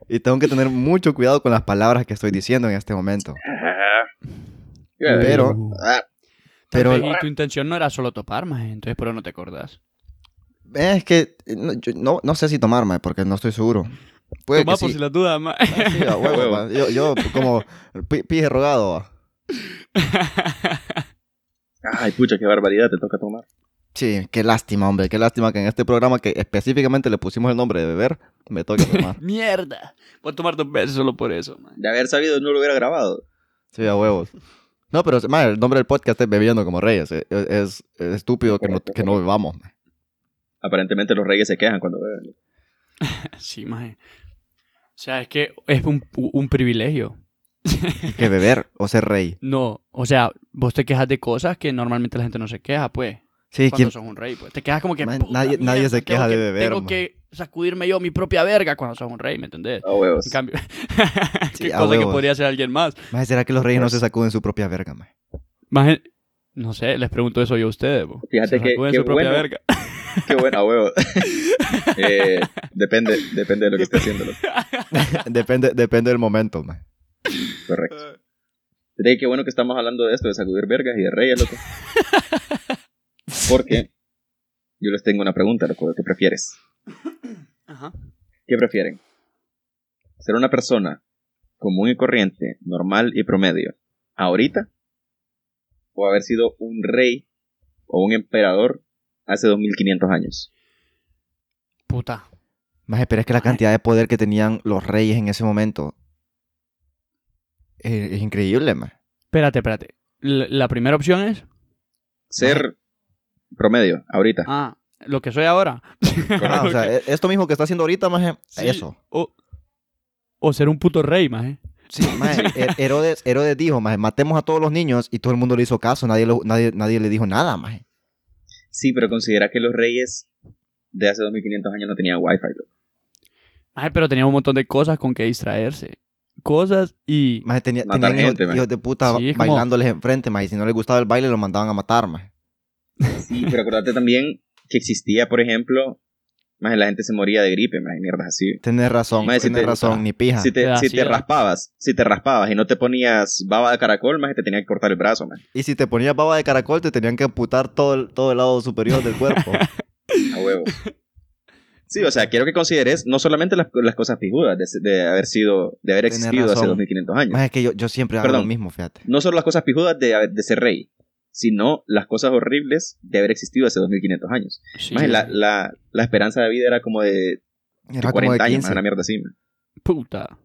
[SPEAKER 2] y tengo que tener mucho cuidado con las palabras que estoy diciendo en este momento. Pero-
[SPEAKER 3] Ah,
[SPEAKER 2] Pero-
[SPEAKER 4] Pero tu intención no era solo topar, maje, entonces pero no te acordás.
[SPEAKER 2] Es que eh, no, yo no, no sé si tomar, maje, porque no estoy seguro. Puede
[SPEAKER 4] Toma
[SPEAKER 2] que
[SPEAKER 4] por
[SPEAKER 2] sí.
[SPEAKER 4] si las dudas, maje.
[SPEAKER 2] Ah, sí, a huevo,
[SPEAKER 3] Huevo.
[SPEAKER 2] ma. Yo, yo como pi- pije rogado. va.
[SPEAKER 3] Ay, pucha, qué barbaridad, te toca tomar.
[SPEAKER 2] Sí, qué lástima, hombre. Qué lástima que en este programa que específicamente le pusimos el nombre de beber, me toca tomar.
[SPEAKER 4] Mierda. Voy a tomar dos veces solo por eso, maje.
[SPEAKER 3] De haber sabido, no lo hubiera grabado.
[SPEAKER 2] sí, a huevos. No, pero ma, el nombre del podcast es Bebiendo como Reyes. Es, es- es estúpido que no, que no bebamos. ma.
[SPEAKER 3] Aparentemente los reyes se quejan cuando beben.
[SPEAKER 4] Sí, maje. O sea, es que es un, un privilegio.
[SPEAKER 2] Que beber o ser rey.
[SPEAKER 4] No, o sea, vos te quejas de cosas que normalmente la gente no se queja, pues.
[SPEAKER 2] Sí,
[SPEAKER 4] cuando
[SPEAKER 2] ¿quién-
[SPEAKER 4] sos un rey, pues. Te quedas como que.
[SPEAKER 2] Man,
[SPEAKER 4] "Puta
[SPEAKER 2] nadie- nadie se
[SPEAKER 4] tengo
[SPEAKER 2] queja de
[SPEAKER 4] que-
[SPEAKER 2] beber,
[SPEAKER 4] Tengo
[SPEAKER 2] man".
[SPEAKER 4] que sacudirme yo mi propia verga cuando sos un rey, ¿me entendés?
[SPEAKER 3] Ah, huevos.
[SPEAKER 4] En cambio,
[SPEAKER 2] Pues Sí,
[SPEAKER 4] qué
[SPEAKER 2] a
[SPEAKER 4] cosa que
[SPEAKER 2] huevos.
[SPEAKER 4] podría hacer alguien más.
[SPEAKER 2] ma, ¿será que los reyes no se sacuden su propia verga, ma?
[SPEAKER 4] Más, en- no sé, les pregunto eso yo a ustedes. po.
[SPEAKER 3] Fíjate
[SPEAKER 4] Se
[SPEAKER 3] que-
[SPEAKER 4] sacuden
[SPEAKER 3] qué
[SPEAKER 4] su propia
[SPEAKER 3] bueno.
[SPEAKER 4] verga.
[SPEAKER 3] Qué bueno, a huevo. Eh, depende, depende de lo que esté haciendo. loco.
[SPEAKER 2] depende, depende del momento, ma.
[SPEAKER 3] Correcto. Fíjate que qué bueno que estamos hablando de esto, de sacudir vergas y de reyes, loco. Porque yo les tengo una pregunta, loco. ¿Qué prefieres?
[SPEAKER 4] Ajá.
[SPEAKER 3] ¿Qué prefieren? ¿Ser una persona común y corriente, normal y promedio, ahorita? ¿O haber sido un rey o un emperador hace 2500 años?
[SPEAKER 4] Puta.
[SPEAKER 2] Más, pero es que la cantidad de poder que tenían los reyes en ese momento Es, es increíble, mae.
[SPEAKER 4] Espérate, espérate. L- La primera opción es.
[SPEAKER 3] Ser promedio, ahorita.
[SPEAKER 4] Ah, lo que soy ahora.
[SPEAKER 2] Ah, o sea,
[SPEAKER 4] Ok.
[SPEAKER 2] e- esto mismo que está haciendo ahorita, mae,
[SPEAKER 4] Sí.
[SPEAKER 2] eso.
[SPEAKER 4] O, o ser un puto rey, maje.
[SPEAKER 2] Sí, mae, Her- Herodes, Herodes dijo, mae, matemos a todos los niños y todo el mundo le hizo caso, nadie, lo- nadie, nadie le dijo nada, mae.
[SPEAKER 3] Sí, pero considera que los reyes de hace 2500 años no tenían wifi. loco.
[SPEAKER 4] Maje, pero tenía un montón de cosas con que distraerse. Cosas y.
[SPEAKER 2] Mae, tenía,
[SPEAKER 3] Matar
[SPEAKER 2] tenían hijos-
[SPEAKER 3] gente, mae.
[SPEAKER 2] hijos de puta
[SPEAKER 4] Sí, es como-
[SPEAKER 2] bailándoles enfrente, mae, y si no les gustaba el baile lo mandaban a matar, mae.
[SPEAKER 3] Sí, pero acordate también que existía, por ejemplo, más la gente se moría de gripe, más mierdas así.
[SPEAKER 2] Tenés razón,
[SPEAKER 3] Mae, si
[SPEAKER 2] tenés
[SPEAKER 3] te-
[SPEAKER 2] razón, ni pija.
[SPEAKER 3] Si te,
[SPEAKER 4] Ah,
[SPEAKER 3] si
[SPEAKER 4] sí,
[SPEAKER 3] te
[SPEAKER 4] era.
[SPEAKER 3] raspabas, si te raspabas y no te ponías baba de caracol, más te tenían que cortar el brazo, más.
[SPEAKER 2] Y si te ponías baba de caracol, te tenían que amputar todo el, todo el lado superior del cuerpo.
[SPEAKER 3] A huevo. Sí, o sea, quiero que consideres no solamente las, las cosas pijudas de, de haber sido, de haber
[SPEAKER 2] Tenés
[SPEAKER 3] existido hace
[SPEAKER 2] razón.
[SPEAKER 3] 2500 años.
[SPEAKER 2] Mae, es que yo, yo siempre hago lo
[SPEAKER 3] Perdón.
[SPEAKER 2] mismo, fíjate.
[SPEAKER 3] No solo las cosas pijudas de, haber- de ser rey, sino las cosas horribles de haber existido hace 2500 años.
[SPEAKER 4] Sí.
[SPEAKER 3] Maje, la, la, la esperanza de vida era como de, de
[SPEAKER 2] Era
[SPEAKER 3] 40
[SPEAKER 2] Ah, como de
[SPEAKER 3] años, maje,
[SPEAKER 2] 15.
[SPEAKER 3] una mierda así. maje.
[SPEAKER 4] Puta.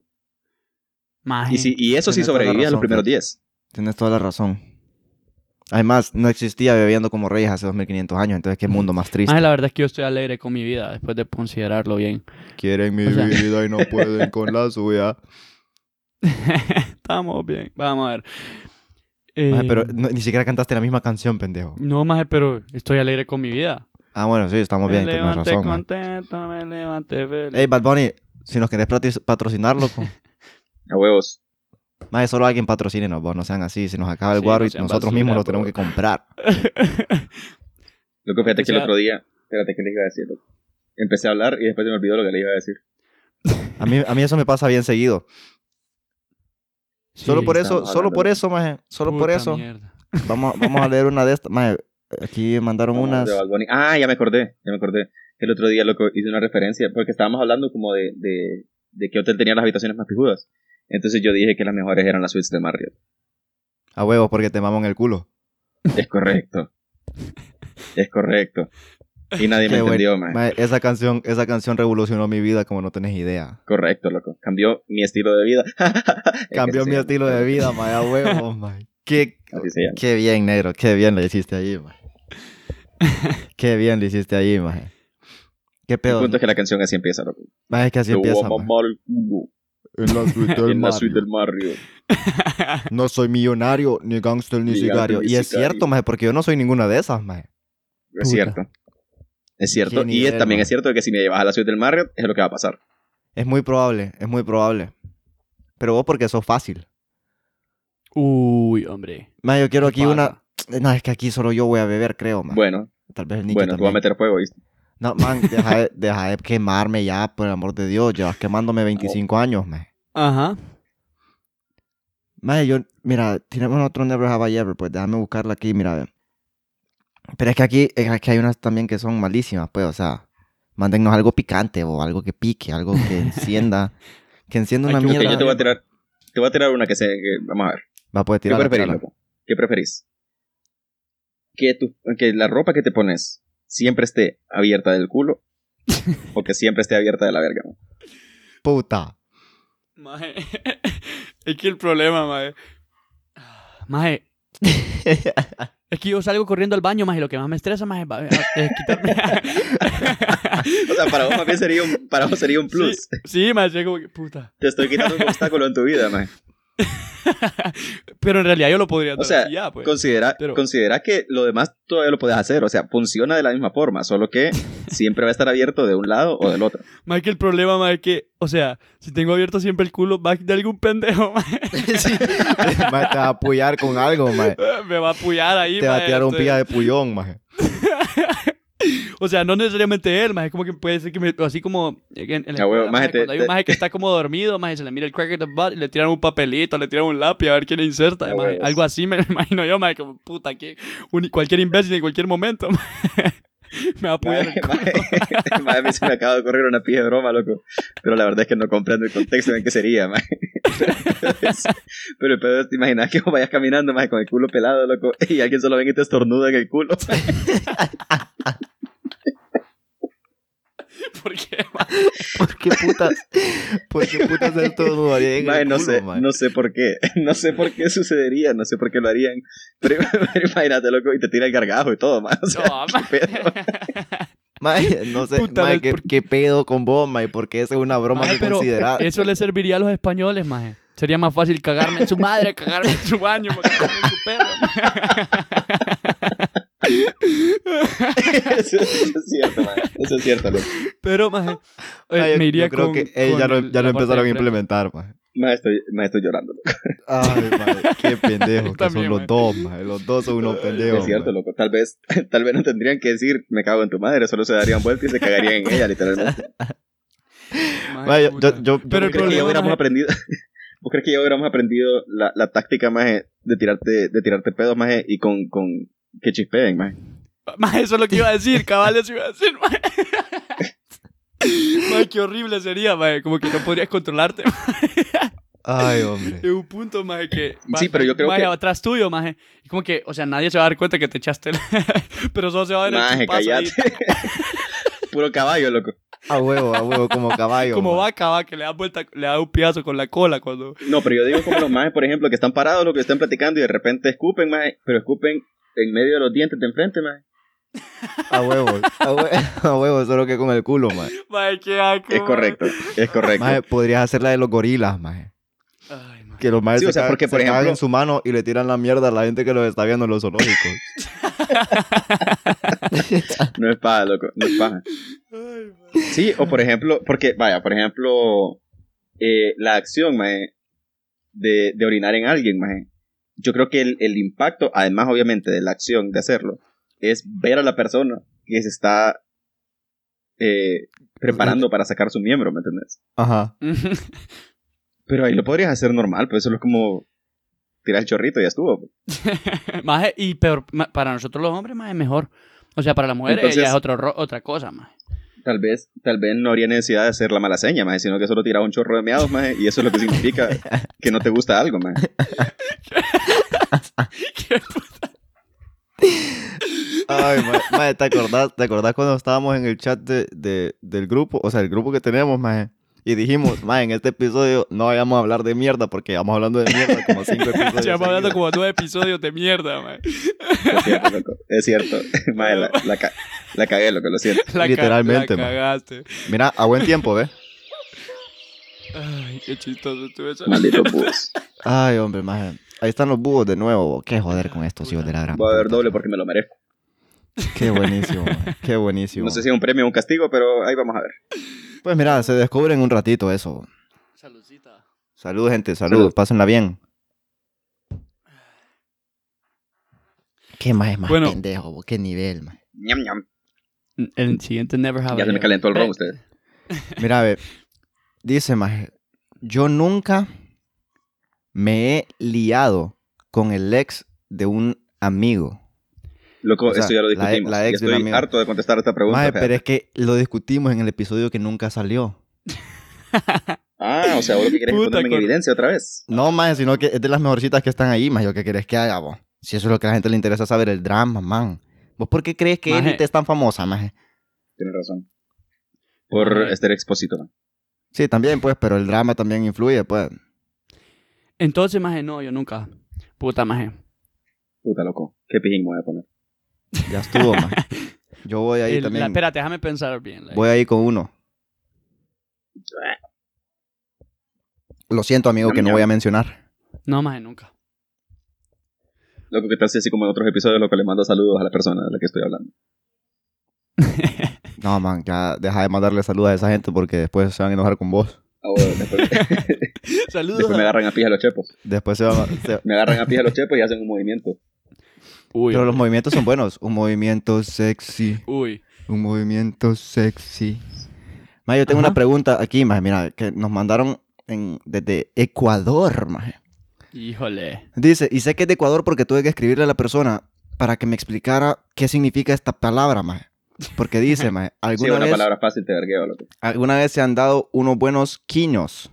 [SPEAKER 4] Maje.
[SPEAKER 3] Y, si, y eso sí
[SPEAKER 2] Tenés toda la
[SPEAKER 3] sobrevivía
[SPEAKER 2] razón,
[SPEAKER 3] los primeros
[SPEAKER 2] Fede.
[SPEAKER 3] 10.
[SPEAKER 2] Tienes toda la razón. Además, no existía bebiendo como reyes hace 2500 años, entonces qué mundo más triste.
[SPEAKER 4] Maje, la verdad es que yo estoy alegre con mi vida después de considerarlo bien.
[SPEAKER 2] Quieren mi
[SPEAKER 4] O sea-
[SPEAKER 2] vida y no pueden con la suya.
[SPEAKER 4] Estamos bien. Vamos a ver. Eh,
[SPEAKER 2] Maje, pero no- ni siquiera cantaste la misma canción, pendejo.
[SPEAKER 4] No, maje, pero estoy alegre con mi vida.
[SPEAKER 2] Ah, bueno, sí, estamos bien,
[SPEAKER 4] me
[SPEAKER 2] tienes
[SPEAKER 4] levanté
[SPEAKER 2] razón. man.
[SPEAKER 4] contento, me levanté feliz.
[SPEAKER 2] Ey, Bad Bunny, si nos querés prati- patrocinarlo,
[SPEAKER 3] A huevos.
[SPEAKER 2] más solo alguien patrocínenos, vos, no sean así. Si nos acaba el
[SPEAKER 4] Sí,
[SPEAKER 2] guaro,
[SPEAKER 4] no
[SPEAKER 2] y
[SPEAKER 4] sean
[SPEAKER 2] nosotros
[SPEAKER 4] basura, pues.
[SPEAKER 2] mismos lo
[SPEAKER 4] po.
[SPEAKER 2] tenemos que comprar.
[SPEAKER 3] Loco, fíjate
[SPEAKER 4] O
[SPEAKER 3] que el
[SPEAKER 4] sea-
[SPEAKER 3] otro día, fíjate que les iba a decir, loco. Empecé a hablar y después se me olvidó lo que les iba a decir.
[SPEAKER 2] A mí, a mí eso me pasa bien seguido.
[SPEAKER 4] Sí,
[SPEAKER 2] Solo por eso,
[SPEAKER 3] estamos
[SPEAKER 2] solo por
[SPEAKER 3] hablando.
[SPEAKER 2] eso, maje, solo por
[SPEAKER 4] puta
[SPEAKER 2] eso.
[SPEAKER 4] mierda.
[SPEAKER 2] Vamos, vamos a leer una de estas. Maje, aquí mandaron
[SPEAKER 3] Vamos,
[SPEAKER 2] unas.
[SPEAKER 3] de Bad Bunny. Ah, ya me acordé, ya me acordé. El otro día, loco, hice una referencia porque estábamos hablando como de, de, de qué hotel tenía las habitaciones más pijudas. Entonces yo dije que las mejores eran las suites de Marriott.
[SPEAKER 2] A huevos, porque te mamón el culo.
[SPEAKER 3] Es correcto. es correcto. Y nadie me
[SPEAKER 2] Qué bueno.
[SPEAKER 3] entendió, man.
[SPEAKER 2] Mae, esa canción, esa canción revolucionó mi vida como no tenés idea.
[SPEAKER 3] Correcto, loco. Cambió mi estilo de vida. Es que
[SPEAKER 2] Cambió
[SPEAKER 3] sí,
[SPEAKER 2] mi estilo de vida, mae, a huevos, mae. Qué,
[SPEAKER 3] Así se llama.
[SPEAKER 2] qué bien, negro, qué bien lo hiciste allí, mae. Qué bien lo hiciste allí, mae. Qué
[SPEAKER 3] El
[SPEAKER 2] pedo.
[SPEAKER 3] punto es que la canción así empieza, loco.
[SPEAKER 2] Mae, es que así
[SPEAKER 3] Te voy a
[SPEAKER 2] empieza, mae.
[SPEAKER 3] mamar el culo
[SPEAKER 2] En la suite del
[SPEAKER 3] en la
[SPEAKER 2] Mario.
[SPEAKER 3] suite del Marriott.
[SPEAKER 2] No soy millonario, ni gangster, ni
[SPEAKER 3] Ni
[SPEAKER 2] sicario.
[SPEAKER 3] gángster, ni
[SPEAKER 2] Y es
[SPEAKER 3] sicario.
[SPEAKER 2] cierto, mae, porque yo no soy ninguna de esas, mae.
[SPEAKER 3] Es cierto. Es cierto.
[SPEAKER 2] Qué
[SPEAKER 3] Y es-
[SPEAKER 2] nivel,
[SPEAKER 3] también
[SPEAKER 2] man.
[SPEAKER 3] es cierto que si me llevas a la suite del Marriott, es lo que va a pasar.
[SPEAKER 2] Es muy probable, es muy probable. Pero vos porque sos fácil.
[SPEAKER 4] Uy, hombre.
[SPEAKER 2] Mae, yo quiero aquí
[SPEAKER 4] Pasa.
[SPEAKER 2] una... No, es que aquí solo yo voy a beber, creo, mae.
[SPEAKER 3] Bueno,
[SPEAKER 2] Tal vez el Nicky
[SPEAKER 3] bueno, tú vas
[SPEAKER 2] también.
[SPEAKER 3] a meter fuego, ¿viste?
[SPEAKER 2] No, man, deja de, deja de quemarme ya, por el amor de Dios. Llevas quemándome 25 años, me.
[SPEAKER 4] Ajá.
[SPEAKER 2] Mae, yo, mira, tenemos otro Never Have I Ever, pues déjame buscarla aquí, mira. ve. Pero es que aquí, es que hay unas también que son malísimas, pues, o sea, mándennos algo picante o algo que pique, algo que encienda, que encienda una
[SPEAKER 4] Aquí, ok,
[SPEAKER 3] Ok,
[SPEAKER 2] mierda.
[SPEAKER 3] yo te voy a tirar. Te voy a tirar una que se. que- vamos a ver.
[SPEAKER 2] Va, pues, puede
[SPEAKER 3] ¿Qué
[SPEAKER 2] tirar.
[SPEAKER 3] preferís, loco? ¿Qué preferís? Que, tu, que la ropa que te pones siempre esté abierta del culo o que siempre esté abierta de la verga. man?
[SPEAKER 2] Puta.
[SPEAKER 4] Maje. es que el problema, maje. Maje. Es que yo salgo corriendo al baño, maje. Lo que más me estresa, maje, va- es quitarme.
[SPEAKER 3] O sea, para vos más bien sería un, para vos sería un plus.
[SPEAKER 4] sí, maje, es como que puta.
[SPEAKER 3] Te estoy quitando un obstáculo en tu vida, man.
[SPEAKER 4] Pero en realidad yo lo podría hacer
[SPEAKER 3] sea,
[SPEAKER 4] así ya, pues.
[SPEAKER 3] Considera,
[SPEAKER 4] pero-
[SPEAKER 3] considera que lo demás todavía lo puedes hacer, o sea, funciona de la misma forma, solo que siempre va a estar abierto de un lado o del otro.
[SPEAKER 4] Más que el problema, más es que, o sea, si tengo abierto siempre el culo, va de algún pendejo, ma,
[SPEAKER 2] Mae, te va a apoyar con algo, mae.
[SPEAKER 4] me va a apoyar ahí.
[SPEAKER 2] Te va a
[SPEAKER 4] ma,
[SPEAKER 2] tirar un
[SPEAKER 4] entonces-
[SPEAKER 2] pilla de puyón, mae.
[SPEAKER 4] O sea, no necesariamente él, más es como que puede ser que me, así como en, en la
[SPEAKER 3] Ah, huevo,
[SPEAKER 4] escuela,
[SPEAKER 3] maje,
[SPEAKER 4] maje,
[SPEAKER 3] te-
[SPEAKER 4] cuando hay un
[SPEAKER 3] te-
[SPEAKER 4] maje que está como dormido, maje, se le mira el crack in the butt y le tiran un papelito, le tiran un lápiz a ver quién le
[SPEAKER 3] Ah,
[SPEAKER 4] inserta, maje.
[SPEAKER 3] huevo.
[SPEAKER 4] algo así me lo imagino yo, maje, como puta, que un- cualquier imbécil en cualquier momento, maje, me va a apoyar. el culo.
[SPEAKER 3] Mae, mae, a mí se me acaba de ocurrir una pija de broma, loco. Pero la verdad es que no comprendo el contexto en que sería, mae. Pero, pero el pedo es, te imaginas que vos vayas caminando, mae, con el culo pelado, loco, y alguien solo venga y te estornuda en el culo.
[SPEAKER 4] ¿Por qué, ma?
[SPEAKER 2] ¿Por qué putas? ¿Por qué putas esto no haría en
[SPEAKER 3] Mae,
[SPEAKER 2] el
[SPEAKER 3] no
[SPEAKER 2] culo,
[SPEAKER 3] sé,
[SPEAKER 2] mae?
[SPEAKER 3] no sé por qué, no sé por qué sucedería, no sé por qué lo harían. Pero, pero imagínate, loco, y te tira el gargajo y todo, mae. O sea,
[SPEAKER 4] No, ma.
[SPEAKER 3] qué pedo.
[SPEAKER 2] Mae, no sé,
[SPEAKER 4] Puta,
[SPEAKER 2] mae,
[SPEAKER 4] ves,
[SPEAKER 2] ¿qué,
[SPEAKER 4] por-
[SPEAKER 2] qué pedo con vos, mae? Porque esa es una broma
[SPEAKER 4] Maje,
[SPEAKER 2] que
[SPEAKER 4] pero
[SPEAKER 2] considerada.
[SPEAKER 4] eso le serviría a los españoles, maje. Sería más fácil cagarme en su madre, cagarme en su baño, ma, cagarme en su perro. ma.
[SPEAKER 3] eso, eso es cierto, mae. Eso es cierto, loco.
[SPEAKER 4] Pero, maje, eh,
[SPEAKER 2] Mae, Ah, yo-
[SPEAKER 4] me iría
[SPEAKER 2] yo creo
[SPEAKER 4] con-
[SPEAKER 2] que eh,
[SPEAKER 4] con
[SPEAKER 2] ya lo,
[SPEAKER 4] el-
[SPEAKER 2] ya lo
[SPEAKER 4] la parte
[SPEAKER 2] empezaron a
[SPEAKER 4] de frente.
[SPEAKER 2] implementar, mae.
[SPEAKER 3] Mae, estoy, mae, estoy llorando, loco.
[SPEAKER 2] Ay, mae, qué pendejos que son
[SPEAKER 4] También,
[SPEAKER 2] los
[SPEAKER 4] mae.
[SPEAKER 2] dos, mae. Los dos son unos pendejos.
[SPEAKER 3] es cierto,
[SPEAKER 2] mae.
[SPEAKER 3] loco. Tal vez, tal vez no tendrían que decir, me cago en tu madre, solo se darían vuelta y se cagarían en ella, literalmente.
[SPEAKER 4] Maje,
[SPEAKER 2] Mae, yo,
[SPEAKER 4] puta.
[SPEAKER 2] yo- yo-
[SPEAKER 4] Pero
[SPEAKER 3] ¿Vos
[SPEAKER 4] el
[SPEAKER 3] crees que ya
[SPEAKER 4] problema,
[SPEAKER 3] hubiéramos
[SPEAKER 4] maje-
[SPEAKER 3] aprendido? ¿Vos crees que ya hubiéramos aprendido la, la táctica, mae, de tirarte, de tirarte pedos, mae, y con, con que chispeen, mae?
[SPEAKER 4] Maje, eso es lo que iba a decir, cabal, eso iba a decir, maje. Maje, qué horrible sería, maje. Como que no podrías controlarte.
[SPEAKER 2] Ay, hombre.
[SPEAKER 4] Es un punto, maje, que...
[SPEAKER 3] Sí, pero yo creo
[SPEAKER 4] maje,
[SPEAKER 3] que-
[SPEAKER 4] atrás tuyo, maje. Y como que, o sea, nadie se va a dar cuenta que te echaste el... pero solo se va a ver el
[SPEAKER 3] Maje,
[SPEAKER 4] chupazo ahí,
[SPEAKER 3] callate. Puro caballo, loco.
[SPEAKER 2] A huevo, a huevo, como caballo.
[SPEAKER 4] Como
[SPEAKER 2] mae.
[SPEAKER 4] vaca, va, que le da vuelta, le da un piazo con la cola cuando...
[SPEAKER 3] No, pero yo digo como los majes, por ejemplo, que están parados, lo que están platicando y de repente escupen, maje, pero escupen en medio de los dientes de enfrente, maje.
[SPEAKER 2] A huevo, a huevo, a huevo, solo que con el culo, mae.
[SPEAKER 4] Mae, qué asco,
[SPEAKER 3] Es
[SPEAKER 4] mae.
[SPEAKER 3] correcto, es correcto.
[SPEAKER 2] Mae, podrías hacer la de los gorilas, mae.
[SPEAKER 4] Ay, mae.
[SPEAKER 2] Que los maes
[SPEAKER 3] Sí, o
[SPEAKER 2] se,
[SPEAKER 3] sea,
[SPEAKER 2] ca-
[SPEAKER 3] porque,
[SPEAKER 2] se
[SPEAKER 3] por
[SPEAKER 2] cagan
[SPEAKER 3] ejemplo-
[SPEAKER 2] en su mano y le tiran la mierda a la gente que los está viendo en los zoológicos.
[SPEAKER 3] No es paja, loco, no es paja.
[SPEAKER 4] Ay, mae.
[SPEAKER 3] Sí, o por ejemplo, porque, vaya, por ejemplo, eh, la acción, maje, de, de orinar en alguien, maje. Yo creo que el, el impacto, además, obviamente, de la acción de hacerlo, es ver a la persona que se está eh, preparando para sacar su miembro, ¿me entendés?
[SPEAKER 2] Ajá.
[SPEAKER 3] Pero ahí lo podrías hacer normal, pero eso es como tirar el chorrito y ya estuvo. pues.
[SPEAKER 4] Maje, y peor, ma- para nosotros los hombres, maje, mejor. O sea, para las mujeres
[SPEAKER 3] Entonces-
[SPEAKER 4] ya es otro ro- otra cosa, maje.
[SPEAKER 3] Tal vez, tal vez no habría necesidad de hacer la mala seña, maje, sino que solo tirar un chorro de meados, maje, y eso es lo que significa que no te gusta algo, maje.
[SPEAKER 2] Ay, mae, mae, ¿te acordás, ¿te acordás cuando estábamos en el chat de, de- del grupo? O sea, el grupo que tenemos, mae. Y dijimos, mae, en este episodio no vayamos a hablar de mierda porque vamos hablando de mierda como cinco episodios.
[SPEAKER 4] Llevamos hablando
[SPEAKER 2] seguidos.
[SPEAKER 4] como nueve episodios de mierda, maje.
[SPEAKER 3] Es cierto, loco. Es cierto. Maje, la, la, ca- la cagué, loco, lo siento.
[SPEAKER 4] La ca-
[SPEAKER 2] Literalmente,
[SPEAKER 4] la
[SPEAKER 2] maje.
[SPEAKER 4] cagaste.
[SPEAKER 2] Mira, a buen tiempo, ¿ves?
[SPEAKER 4] Ay, qué chistoso estuvo eso.
[SPEAKER 3] Maldito bus.
[SPEAKER 2] Ay, hombre, mae. Ahí están los búhos de nuevo. Qué joder con estos hijos de la gran.
[SPEAKER 3] Voy a ver
[SPEAKER 2] puta,
[SPEAKER 3] doble
[SPEAKER 2] mae.
[SPEAKER 3] porque me lo merezco.
[SPEAKER 2] Qué buenísimo, mae. Qué buenísimo.
[SPEAKER 3] No sé si es un premio o un castigo, pero ahí vamos a ver.
[SPEAKER 2] Pues mira, se descubre en un ratito eso.
[SPEAKER 4] Saludcita.
[SPEAKER 2] Salud, gente, salud.
[SPEAKER 3] Salud.
[SPEAKER 2] Pásenla bien. Qué más más
[SPEAKER 4] Bueno.
[SPEAKER 2] pendejo, bo? qué nivel, más.
[SPEAKER 3] Ñam, ñam.
[SPEAKER 4] El siguiente Never Have
[SPEAKER 3] Ya se
[SPEAKER 4] I
[SPEAKER 3] me
[SPEAKER 4] Ever.
[SPEAKER 3] calentó el ron
[SPEAKER 4] Eh,
[SPEAKER 3] ustedes.
[SPEAKER 2] Mira, a ver. Dice, más. Yo nunca me he liado con el ex de un amigo.
[SPEAKER 3] Loco,
[SPEAKER 2] o sea,
[SPEAKER 3] esto ya lo
[SPEAKER 2] la e-
[SPEAKER 3] discutimos.
[SPEAKER 2] la ex de
[SPEAKER 3] Ya
[SPEAKER 2] un
[SPEAKER 3] estoy
[SPEAKER 2] amigo.
[SPEAKER 3] harto de contestar esta pregunta.
[SPEAKER 2] Maje,
[SPEAKER 3] fíjate.
[SPEAKER 2] pero es que lo discutimos en el episodio que nunca salió.
[SPEAKER 3] Ah, o sea, vos lo que querés es
[SPEAKER 4] Puta,
[SPEAKER 3] ponerme en
[SPEAKER 4] cor-
[SPEAKER 3] evidencia otra vez.
[SPEAKER 2] No, más, sino que es de las mejorcitas que están ahí, más. ¿Yo qué querés que haga, vos? Si eso es lo que a la gente le interesa saber, el drama, man. ¿Vos por qué crees que
[SPEAKER 4] Maje.
[SPEAKER 2] Élite es tan famosa, más?
[SPEAKER 3] Tienes razón. Por
[SPEAKER 4] Maje.
[SPEAKER 3] estar exposito, maje.
[SPEAKER 2] Sí, también, pues, pero el drama también influye, pues.
[SPEAKER 4] Entonces, maje, no, yo nunca. Puta, maje.
[SPEAKER 3] Puta loco, qué pijín me voy a poner.
[SPEAKER 2] Ya estuvo, más. Yo voy ahí
[SPEAKER 4] El- la-
[SPEAKER 2] también.
[SPEAKER 4] espérate, déjame pensar bien. like.
[SPEAKER 2] Voy ahí con uno. Lo siento, amigo, que no voy a mencionar.
[SPEAKER 4] No, maje, nunca.
[SPEAKER 3] Loco, que te hace así como en otros episodios, loco, le mando saludos a la persona de la que estoy hablando.
[SPEAKER 2] No, man, ya deja de mandarle saludos a esa gente porque después se van a enojar con vos.
[SPEAKER 3] Ah, bueno, después,
[SPEAKER 4] Saludos.
[SPEAKER 3] después me agarran a pija los chepos.
[SPEAKER 2] Después se van a... se-
[SPEAKER 3] Me agarran a pija los chepos y hacen un movimiento.
[SPEAKER 4] Uy,
[SPEAKER 2] Pero los movimientos son buenos. Un movimiento sexy.
[SPEAKER 4] uy.
[SPEAKER 2] Un movimiento sexy. Ma, yo tengo
[SPEAKER 4] Ajá.
[SPEAKER 2] una pregunta aquí, ma. Mira, que nos mandaron en- desde Ecuador, ma.
[SPEAKER 4] Híjole.
[SPEAKER 2] Dice, y sé que es de Ecuador porque tuve que escribirle a la persona para que me explicara qué significa esta palabra, maje. Porque dice, maje,
[SPEAKER 3] Sí, es
[SPEAKER 2] ¿alguna,
[SPEAKER 3] una
[SPEAKER 2] vez,
[SPEAKER 3] palabra fácil, te vergueo, loco.
[SPEAKER 2] alguna vez se han dado unos buenos quiños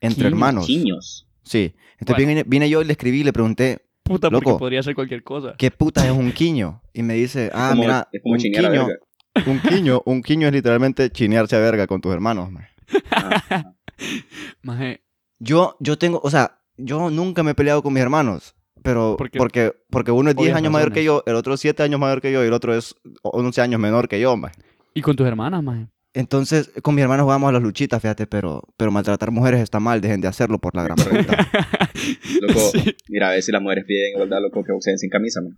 [SPEAKER 2] entre
[SPEAKER 4] Quiños,
[SPEAKER 2] hermanos.
[SPEAKER 3] Chiños.
[SPEAKER 2] Sí. Entonces
[SPEAKER 4] Bueno.
[SPEAKER 2] vine, vine yo y le escribí y le pregunté,
[SPEAKER 4] Puta, porque
[SPEAKER 2] Loco.
[SPEAKER 4] podría ser cualquier cosa.
[SPEAKER 2] ¿qué puta es un quiño? Y me dice, ah,
[SPEAKER 3] Como-
[SPEAKER 2] mira,
[SPEAKER 3] es como
[SPEAKER 2] un
[SPEAKER 3] chingar a
[SPEAKER 2] quiño
[SPEAKER 3] verga.
[SPEAKER 2] Un quiño, un quiño es literalmente chinearse a verga con tus hermanos, mae.
[SPEAKER 3] Ah,
[SPEAKER 4] Maje,
[SPEAKER 2] Yo, yo tengo, o sea, yo nunca me he peleado con mis hermanos. Pero
[SPEAKER 4] ¿Por qué?
[SPEAKER 2] porque, porque uno es 10
[SPEAKER 4] Obvias
[SPEAKER 2] años mayor que
[SPEAKER 4] razones.
[SPEAKER 2] yo, el otro es 7 años mayor que yo y el otro es 11 años menor que yo, mae.
[SPEAKER 4] y con tus hermanas, maje.
[SPEAKER 2] Entonces, con mi hermano jugamos a las luchitas, fíjate, pero, pero maltratar mujeres está mal, dejen de hacerlo por la gran puta.
[SPEAKER 3] Loco,
[SPEAKER 4] Sí.
[SPEAKER 3] mira, a ver si las mujeres piden igualdad, loco, que boxeen sin camisa, man.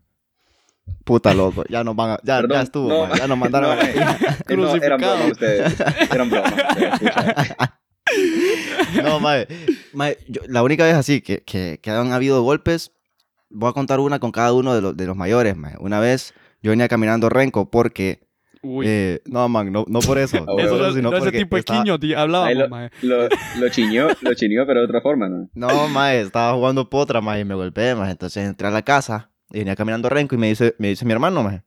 [SPEAKER 2] Puta loco, ya nos van a, ya,
[SPEAKER 3] Perdón,
[SPEAKER 2] ya estuvo,
[SPEAKER 3] no,
[SPEAKER 2] man, ya nos mandaron a
[SPEAKER 3] no,
[SPEAKER 2] la
[SPEAKER 3] eh.
[SPEAKER 2] pija.
[SPEAKER 3] Eh, no, eran
[SPEAKER 4] Crucificado.
[SPEAKER 3] bromas ustedes. Eran bromas. ustedes, pucha.
[SPEAKER 2] No, mae. Mae, yo- la única vez así que, que, que han habido golpes, voy a contar una con cada uno de, los de los mayores, mae. Una vez yo venía caminando renco porque.
[SPEAKER 4] Uy.
[SPEAKER 2] eh, no, man, no, no por eso. no
[SPEAKER 3] Eso
[SPEAKER 2] por
[SPEAKER 4] Eso
[SPEAKER 3] huevo,
[SPEAKER 4] no, no ese
[SPEAKER 2] porque
[SPEAKER 4] tipo de
[SPEAKER 2] estaba-
[SPEAKER 4] quiño, tío, hablábamos,
[SPEAKER 3] Ahí lo-
[SPEAKER 4] maje.
[SPEAKER 3] Lo, lo chiñó, lo chiñó, pero de otra forma, ¿no?
[SPEAKER 2] No, mae, estaba jugando potra, mae, y me golpeé, mae. Entonces entré a la casa y venía caminando renco y me dice, me dice mi hermano, mae.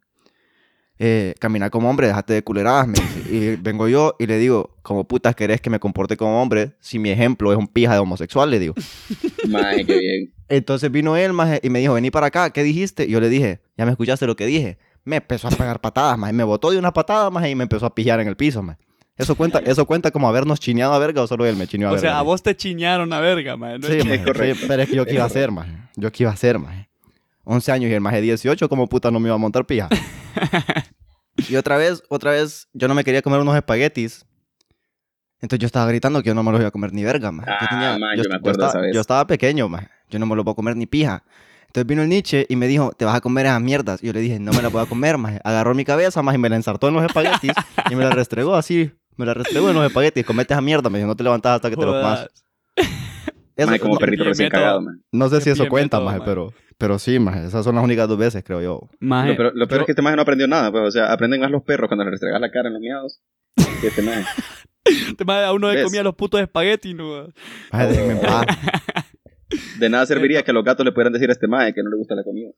[SPEAKER 2] eh, camina como hombre, déjate de culeradas, me dice. Y vengo yo y le digo, como putas querés que me comporte como hombre si mi ejemplo es un pija de homosexual? Le digo.
[SPEAKER 3] Maje, qué bien.
[SPEAKER 2] Entonces vino él, maje, y me dijo, vení para acá, ¿qué dijiste? Y yo le dije, ya me escuchaste lo que dije. Me empezó a pegar patadas, maje, me botó de una patada, maje, y me empezó a pillar en el piso, maje. Eso cuenta, eso cuenta como habernos chineado a verga o solo él me chineó a
[SPEAKER 4] O
[SPEAKER 2] verga.
[SPEAKER 4] sea, a
[SPEAKER 2] maje.
[SPEAKER 4] vos te chiñaron a verga, maje. ¿no?
[SPEAKER 2] Sí, maje, sí,
[SPEAKER 3] correcto.
[SPEAKER 2] pero es que yo qué
[SPEAKER 3] Es
[SPEAKER 2] iba a hacer, maje. Yo qué iba a hacer, maje. 11 años y el maje 18, como puta no me iba a montar pija. y otra vez, otra vez, yo no me quería comer unos espaguetis. Entonces yo estaba gritando que yo no me los iba a comer ni verga, maje.
[SPEAKER 3] Ah, man, yo me acuerdo
[SPEAKER 2] estaba,
[SPEAKER 3] esa vez.
[SPEAKER 2] yo estaba pequeño, maje. Yo no me los voy a comer ni pija. Entonces vino el Nietzsche y me dijo, te vas a comer esas mierdas. Y yo le dije, no me las voy a comer, maje. Agarró mi cabeza, maje, y me la ensartó en los espaguetis. y me la restregó así. Me la restregó en los espaguetis. Comete esa mierda, me dijo, no te levantas hasta que te lo
[SPEAKER 4] Jodas.
[SPEAKER 2] comas. Eso-
[SPEAKER 3] Maje, como
[SPEAKER 2] no-
[SPEAKER 3] perrito
[SPEAKER 4] bien
[SPEAKER 3] recién
[SPEAKER 4] método.
[SPEAKER 3] cagado, man.
[SPEAKER 2] no sé si
[SPEAKER 4] Bien,
[SPEAKER 2] eso
[SPEAKER 4] bien
[SPEAKER 2] cuenta,
[SPEAKER 4] método,
[SPEAKER 2] maje,
[SPEAKER 4] maje.
[SPEAKER 2] pero, pero sí, maje. Esas son las únicas dos veces, creo yo.
[SPEAKER 4] Maje,
[SPEAKER 3] Lo, peor- lo peor
[SPEAKER 4] yo-
[SPEAKER 3] es que este maje no aprendió nada, pues, o sea, aprenden más los perros cuando les restregas la cara en los miados. que este maje.
[SPEAKER 4] Te madre, a uno le
[SPEAKER 3] ¿Ves?
[SPEAKER 4] comía los putos espaguetis, ¿no? Oh.
[SPEAKER 2] Maje, déjenme en paz.
[SPEAKER 3] De nada serviría que a los gatos le pudieran decir a este maje que no le gusta la comida.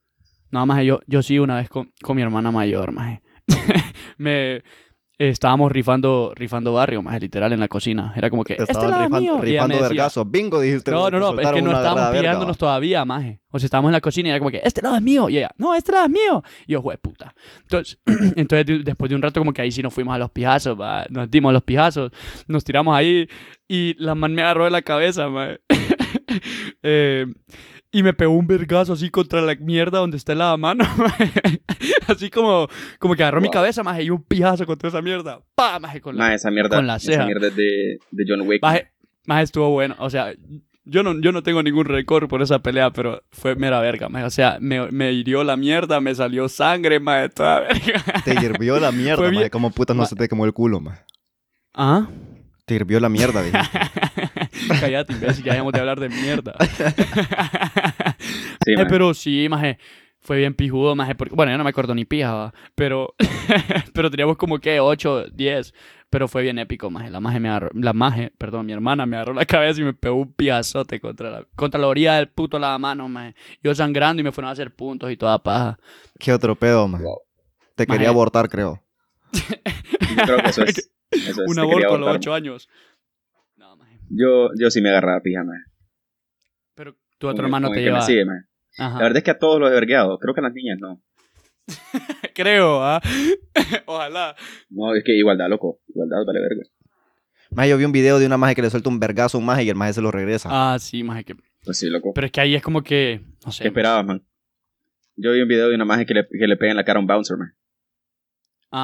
[SPEAKER 4] No, maje, yo, yo sí una vez con, con mi hermana mayor, maje. Me... Estábamos rifando, rifando barrio, maje, literal, en la cocina. Era como que,
[SPEAKER 2] Te
[SPEAKER 4] este
[SPEAKER 2] estaban
[SPEAKER 4] lado es
[SPEAKER 2] rifando,
[SPEAKER 4] mío. Y ella me
[SPEAKER 2] rifando
[SPEAKER 4] decía,
[SPEAKER 2] vergazos. Bingo, dijiste.
[SPEAKER 4] No,
[SPEAKER 2] vos,
[SPEAKER 4] no,
[SPEAKER 2] te
[SPEAKER 4] no, es
[SPEAKER 2] soltaron
[SPEAKER 4] que no
[SPEAKER 2] una agarrada
[SPEAKER 4] estábamos
[SPEAKER 2] verga,
[SPEAKER 4] pillándonos
[SPEAKER 2] va.
[SPEAKER 4] todavía, maje. O sea, estábamos en la cocina y era como que, este lado es mío. Y ella, no, este lado es mío. Y yo, "Jue puta. Entonces, entonces de- después de un rato, como que ahí sí nos fuimos a los pijazos, va, nos dimos los pijazos, nos tiramos ahí y la man me agarró de la cabeza, maje. Eh, y me pegó un vergazo así contra la mierda donde está la mano, maje. Así como, como que agarró mi
[SPEAKER 3] Wow.
[SPEAKER 4] cabeza, maje, y un pijazo contra esa mierda. ¡Pah! Maje, con la
[SPEAKER 3] Maje, esa mierda,
[SPEAKER 4] Con la ceja.
[SPEAKER 3] esa mierda es de, de John Wick.
[SPEAKER 4] más, estuvo bueno. O sea, yo no, yo no tengo ningún récord por esa pelea, pero fue mera verga, maje. O sea, me, me hirió la mierda, me salió sangre, maje, toda verga.
[SPEAKER 2] Te hirvió la mierda,
[SPEAKER 4] Fue bien-
[SPEAKER 2] maje. Como putas no
[SPEAKER 4] Ma-
[SPEAKER 2] se te quemó el culo, maje.
[SPEAKER 4] ¿Ah?
[SPEAKER 2] Te hirvió la mierda, dije.
[SPEAKER 4] Cállate, imbécil, ya dejemos de hablar de mierda.
[SPEAKER 3] Sí,
[SPEAKER 4] Eh,
[SPEAKER 3] maje.
[SPEAKER 4] pero sí, maje, fue bien pijudo, maje, porque, bueno, yo no me acuerdo ni pija, va, pero, pero teníamos como que 8, 10, pero fue bien épico, maje, la maje me agarró, la maje, perdón, mi hermana me agarró la cabeza y me pegó un piazote contra la, contra la orilla del puto lavamanos, maje, yo sangrando y me fueron a hacer puntos y toda paja.
[SPEAKER 2] Qué otro pedo, maje.
[SPEAKER 3] Wow.
[SPEAKER 2] Te quería
[SPEAKER 4] Maje.
[SPEAKER 2] abortar, creo.
[SPEAKER 3] Yo creo que eso es. Eso es
[SPEAKER 4] un
[SPEAKER 3] te este, quería
[SPEAKER 4] aborto a los
[SPEAKER 3] abortar,
[SPEAKER 4] 8 años. No, maje,
[SPEAKER 3] maje. Yo, yo sí me agarraba pija, maje.
[SPEAKER 4] pero tu otro
[SPEAKER 3] Con el-
[SPEAKER 4] hermano
[SPEAKER 3] con
[SPEAKER 4] te
[SPEAKER 3] el que me
[SPEAKER 4] lleva,
[SPEAKER 3] sigue, maje.
[SPEAKER 4] ajá,
[SPEAKER 3] La verdad es que a todos los he vergueado. Creo que a las niñas no.
[SPEAKER 4] creo, ah, ojalá.
[SPEAKER 3] No, es que igualdad, loco. Igualdad, vale verga.
[SPEAKER 2] Maje, yo vi un video de una maje que le suelta un vergazo a un maje y el maje se lo regresa.
[SPEAKER 4] Ah, sí, maje, que,
[SPEAKER 3] Pues sí, loco.
[SPEAKER 4] pero es que ahí es como que, no sé.
[SPEAKER 3] ¿Qué esperabas, man? Yo vi un video de una maje que le, que le pega en la cara a un bouncer, man.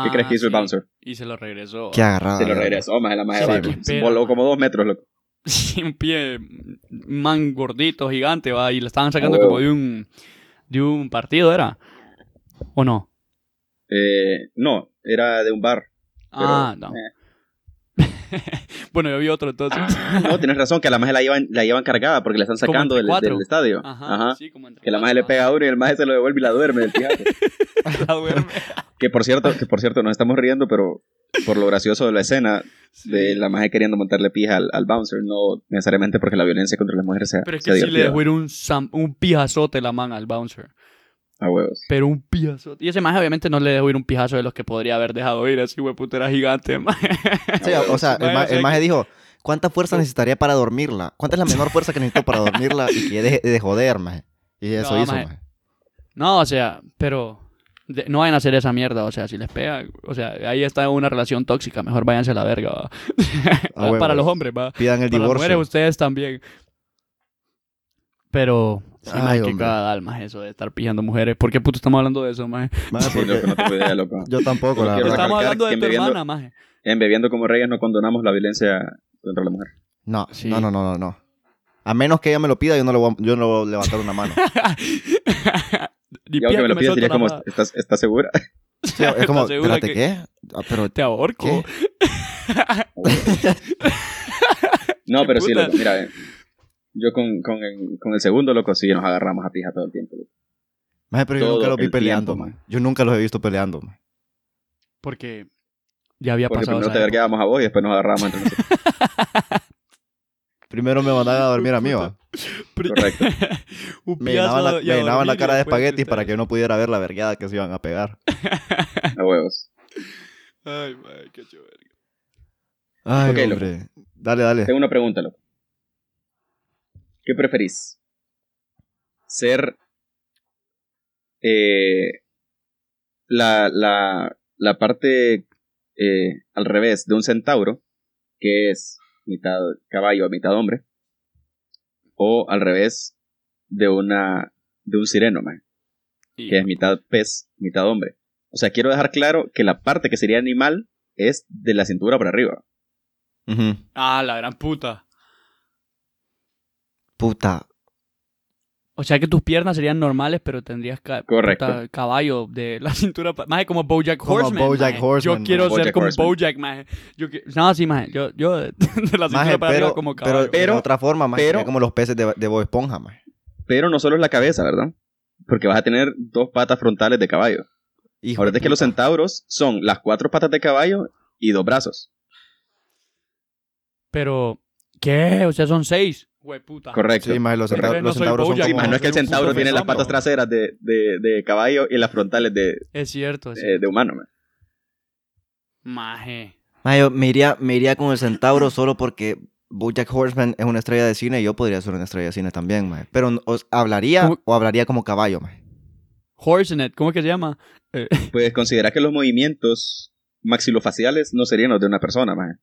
[SPEAKER 3] ¿Qué crees que hizo el bouncer?
[SPEAKER 4] Ah, Y se lo regresó.
[SPEAKER 2] Qué agarrada.
[SPEAKER 3] Se lo
[SPEAKER 2] verga.
[SPEAKER 3] regresó, man, la maje
[SPEAKER 2] Sí,
[SPEAKER 3] va-
[SPEAKER 2] qué
[SPEAKER 3] se
[SPEAKER 4] pena,
[SPEAKER 3] voló
[SPEAKER 4] man.
[SPEAKER 3] como dos metros, loco.
[SPEAKER 4] Sí, un pie, man gordito, gigante, va. Y le estaban sacando
[SPEAKER 3] Ah, huevo.
[SPEAKER 4] como de un, de un partido, ¿era? ¿O no?
[SPEAKER 3] Eh, no, era de un bar. pero-
[SPEAKER 4] ah, no.
[SPEAKER 3] eh.
[SPEAKER 4] bueno, yo vi otro entonces.
[SPEAKER 3] No, tienes razón, que a la maje la llevan, la llevan cargada porque la están
[SPEAKER 4] Como
[SPEAKER 3] sacando
[SPEAKER 4] entre
[SPEAKER 3] del,
[SPEAKER 4] cuatro.
[SPEAKER 3] del estadio.
[SPEAKER 4] Ajá,
[SPEAKER 3] Ajá.
[SPEAKER 4] sí, como entre
[SPEAKER 3] Que la maje
[SPEAKER 4] cuatro,
[SPEAKER 3] le pega a uno y el maje se lo devuelve y la duerme. el fijaje.
[SPEAKER 4] ajá. La duerme.
[SPEAKER 3] que por cierto, que por cierto, nos estamos riendo, pero por lo gracioso de la escena de
[SPEAKER 4] Sí.
[SPEAKER 3] la maje queriendo montarle pija al, al bouncer, no necesariamente porque la violencia contra las mujeres sea,
[SPEAKER 4] Pero es que
[SPEAKER 3] sea
[SPEAKER 4] sí le
[SPEAKER 3] divertida.
[SPEAKER 4] dejó ir un, sam- un pijazote la man al bouncer.
[SPEAKER 3] A huevos.
[SPEAKER 4] Pero un pijazote. Y ese maje obviamente no le dejó ir un pijazo de los que podría haber dejado ir. Así, hueputa, era gigante, maje.
[SPEAKER 2] Sí, o- o sea, el,
[SPEAKER 4] Maje,
[SPEAKER 2] ma-
[SPEAKER 4] o sea
[SPEAKER 2] el maje
[SPEAKER 4] que- Oh.
[SPEAKER 2] dijo, ¿cuánta fuerza necesitaría para dormirla? ¿Cuánta es la menor fuerza que necesito para dormirla y que deje de joder, maje? Y eso
[SPEAKER 4] No,
[SPEAKER 2] hizo,
[SPEAKER 4] maje.
[SPEAKER 2] maje.
[SPEAKER 4] No, o sea, pero. de- no vayan a hacer esa mierda, o sea, si les pega, o sea, ahí está una relación tóxica, mejor váyanse a la verga. va.
[SPEAKER 2] A
[SPEAKER 3] Ah,
[SPEAKER 2] huevo.
[SPEAKER 4] Para los hombres, va.
[SPEAKER 2] Pidan el
[SPEAKER 4] Para las mujeres,
[SPEAKER 2] divorcio.
[SPEAKER 4] ustedes también. Pero, sí,
[SPEAKER 2] Ay,
[SPEAKER 4] más que
[SPEAKER 2] hombre.
[SPEAKER 4] cada alma eso de estar pillando mujeres. ¿Por qué puto estamos hablando de eso, maje?
[SPEAKER 2] Mae,
[SPEAKER 3] Sí,
[SPEAKER 2] porque
[SPEAKER 3] loco, no tengo idea, loco.
[SPEAKER 2] yo tampoco, la
[SPEAKER 3] Quiero
[SPEAKER 2] verdad.
[SPEAKER 4] Estamos
[SPEAKER 3] recalcar
[SPEAKER 4] hablando de
[SPEAKER 3] que
[SPEAKER 4] tu
[SPEAKER 3] me viendo-
[SPEAKER 4] hermana, maje.
[SPEAKER 3] En Bebiendo como Reyes no condonamos la violencia contra la mujer.
[SPEAKER 2] No,
[SPEAKER 4] Sí.
[SPEAKER 2] no, no, no, no, no. A menos que ella me lo pida, yo no le voy a, yo no voy a levantar una mano.
[SPEAKER 4] Ni
[SPEAKER 3] Y aunque
[SPEAKER 4] pía
[SPEAKER 3] me lo pidas,
[SPEAKER 4] suelto
[SPEAKER 3] diría
[SPEAKER 4] la
[SPEAKER 3] como,
[SPEAKER 4] mano.
[SPEAKER 3] ¿estás, estás segura?
[SPEAKER 2] Sí, es como,
[SPEAKER 4] ¿Estás segura
[SPEAKER 2] espérate,
[SPEAKER 4] que-
[SPEAKER 2] ¿qué? Ah, pero,
[SPEAKER 4] Te ahorco.
[SPEAKER 2] ¿qué?
[SPEAKER 3] No, pero sí,
[SPEAKER 4] Puta.
[SPEAKER 3] loco, mira, eh, yo con, con, el, con el segundo, loco, sí nos agarramos a pija todo el tiempo. loco.
[SPEAKER 2] Mae, pero yo
[SPEAKER 3] Todo
[SPEAKER 2] nunca los vi
[SPEAKER 3] el tiempo,
[SPEAKER 2] peleando,
[SPEAKER 3] mae.
[SPEAKER 2] mae. Yo nunca los he visto peleando, mae.
[SPEAKER 4] Porque ya había
[SPEAKER 3] Porque pues,
[SPEAKER 4] pasado
[SPEAKER 3] primero
[SPEAKER 4] esa
[SPEAKER 3] te
[SPEAKER 4] época.
[SPEAKER 3] vergueábamos a vos y después nos agarramos entre nosotros.
[SPEAKER 2] Primero me mandaban a dormir a mí, va.
[SPEAKER 3] Correcto.
[SPEAKER 4] Un
[SPEAKER 2] Me
[SPEAKER 4] piazo
[SPEAKER 2] llenaban la,
[SPEAKER 4] y
[SPEAKER 2] me
[SPEAKER 4] a
[SPEAKER 2] llenaban la
[SPEAKER 4] dormir
[SPEAKER 2] cara
[SPEAKER 4] y
[SPEAKER 2] de
[SPEAKER 4] después
[SPEAKER 2] espaguetis
[SPEAKER 4] ustedes-
[SPEAKER 2] para que yo no pudiera ver la vergueada que se iban a pegar.
[SPEAKER 3] A huevos.
[SPEAKER 4] Ay, madre, qué chévere.
[SPEAKER 2] Ay,
[SPEAKER 3] Ok, loco.
[SPEAKER 2] hombre. Dale, dale.
[SPEAKER 3] Tengo una pregunta, loco. ¿Qué preferís? ¿Ser eh, la, la, la parte eh, al revés de un centauro, que es mitad caballo, mitad hombre, o al revés de una de un sireno, man,
[SPEAKER 4] Y-
[SPEAKER 3] que es mitad pez, mitad hombre? O sea, quiero dejar claro que la parte que sería animal es de la cintura para arriba.
[SPEAKER 2] Ujú.
[SPEAKER 4] Ah, la gran puta.
[SPEAKER 2] Puta.
[SPEAKER 4] O sea que tus piernas serían normales, pero tendrías ca-
[SPEAKER 3] Correcto.
[SPEAKER 4] puta caballo de la cintura. pa- Maje, como Bojack
[SPEAKER 2] Como
[SPEAKER 4] Horseman.
[SPEAKER 2] Bojack
[SPEAKER 4] maje.
[SPEAKER 2] Horseman,
[SPEAKER 4] Yo quiero
[SPEAKER 3] maje.
[SPEAKER 4] ser
[SPEAKER 3] Bojack
[SPEAKER 4] como
[SPEAKER 3] Horseman.
[SPEAKER 4] Bojack, maje. Yo qui- No, sí, maje. Yo, yo de, de la cintura
[SPEAKER 2] Maje,
[SPEAKER 4] Ah, para arriba
[SPEAKER 2] pero,
[SPEAKER 4] como
[SPEAKER 2] pero,
[SPEAKER 4] caballo.
[SPEAKER 2] pero de otra forma, mae.
[SPEAKER 3] pero-
[SPEAKER 2] sería como los peces de, de Bob Esponja, mae.
[SPEAKER 3] Pero no solo es la cabeza, ¿verdad? Porque vas a tener dos patas frontales de caballo.
[SPEAKER 2] Hijo
[SPEAKER 3] Ahorita
[SPEAKER 2] de
[SPEAKER 3] es que los
[SPEAKER 2] puta.
[SPEAKER 3] centauros son las cuatro patas de caballo y dos brazos.
[SPEAKER 4] Pero, ¿qué? O sea, son seis. Hueputa.
[SPEAKER 3] Correcto.
[SPEAKER 2] Sí, mae, los,
[SPEAKER 3] Correcto.
[SPEAKER 2] centa- los
[SPEAKER 4] No soy
[SPEAKER 2] centauros son
[SPEAKER 4] Bojack,
[SPEAKER 3] Sí,
[SPEAKER 2] como...
[SPEAKER 3] más no es que el
[SPEAKER 4] Soy un puto
[SPEAKER 3] centauro tiene las
[SPEAKER 4] pensando.
[SPEAKER 3] patas traseras de, de- de caballo y las frontales de,
[SPEAKER 4] Es cierto, sí.
[SPEAKER 3] eh, de humano. man.
[SPEAKER 4] Maje.
[SPEAKER 2] Mae, yo me iría, me iría con el centauro solo porque Bojack Horseman es una estrella de cine y yo podría ser una estrella de cine también, mae. Pero ¿os hablaría
[SPEAKER 4] ¿Cómo?
[SPEAKER 2] o hablaría como caballo, mae.
[SPEAKER 4] Horsenet, ¿cómo que se llama?
[SPEAKER 3] Pues considera que los movimientos maxilofaciales no serían los de una persona. man.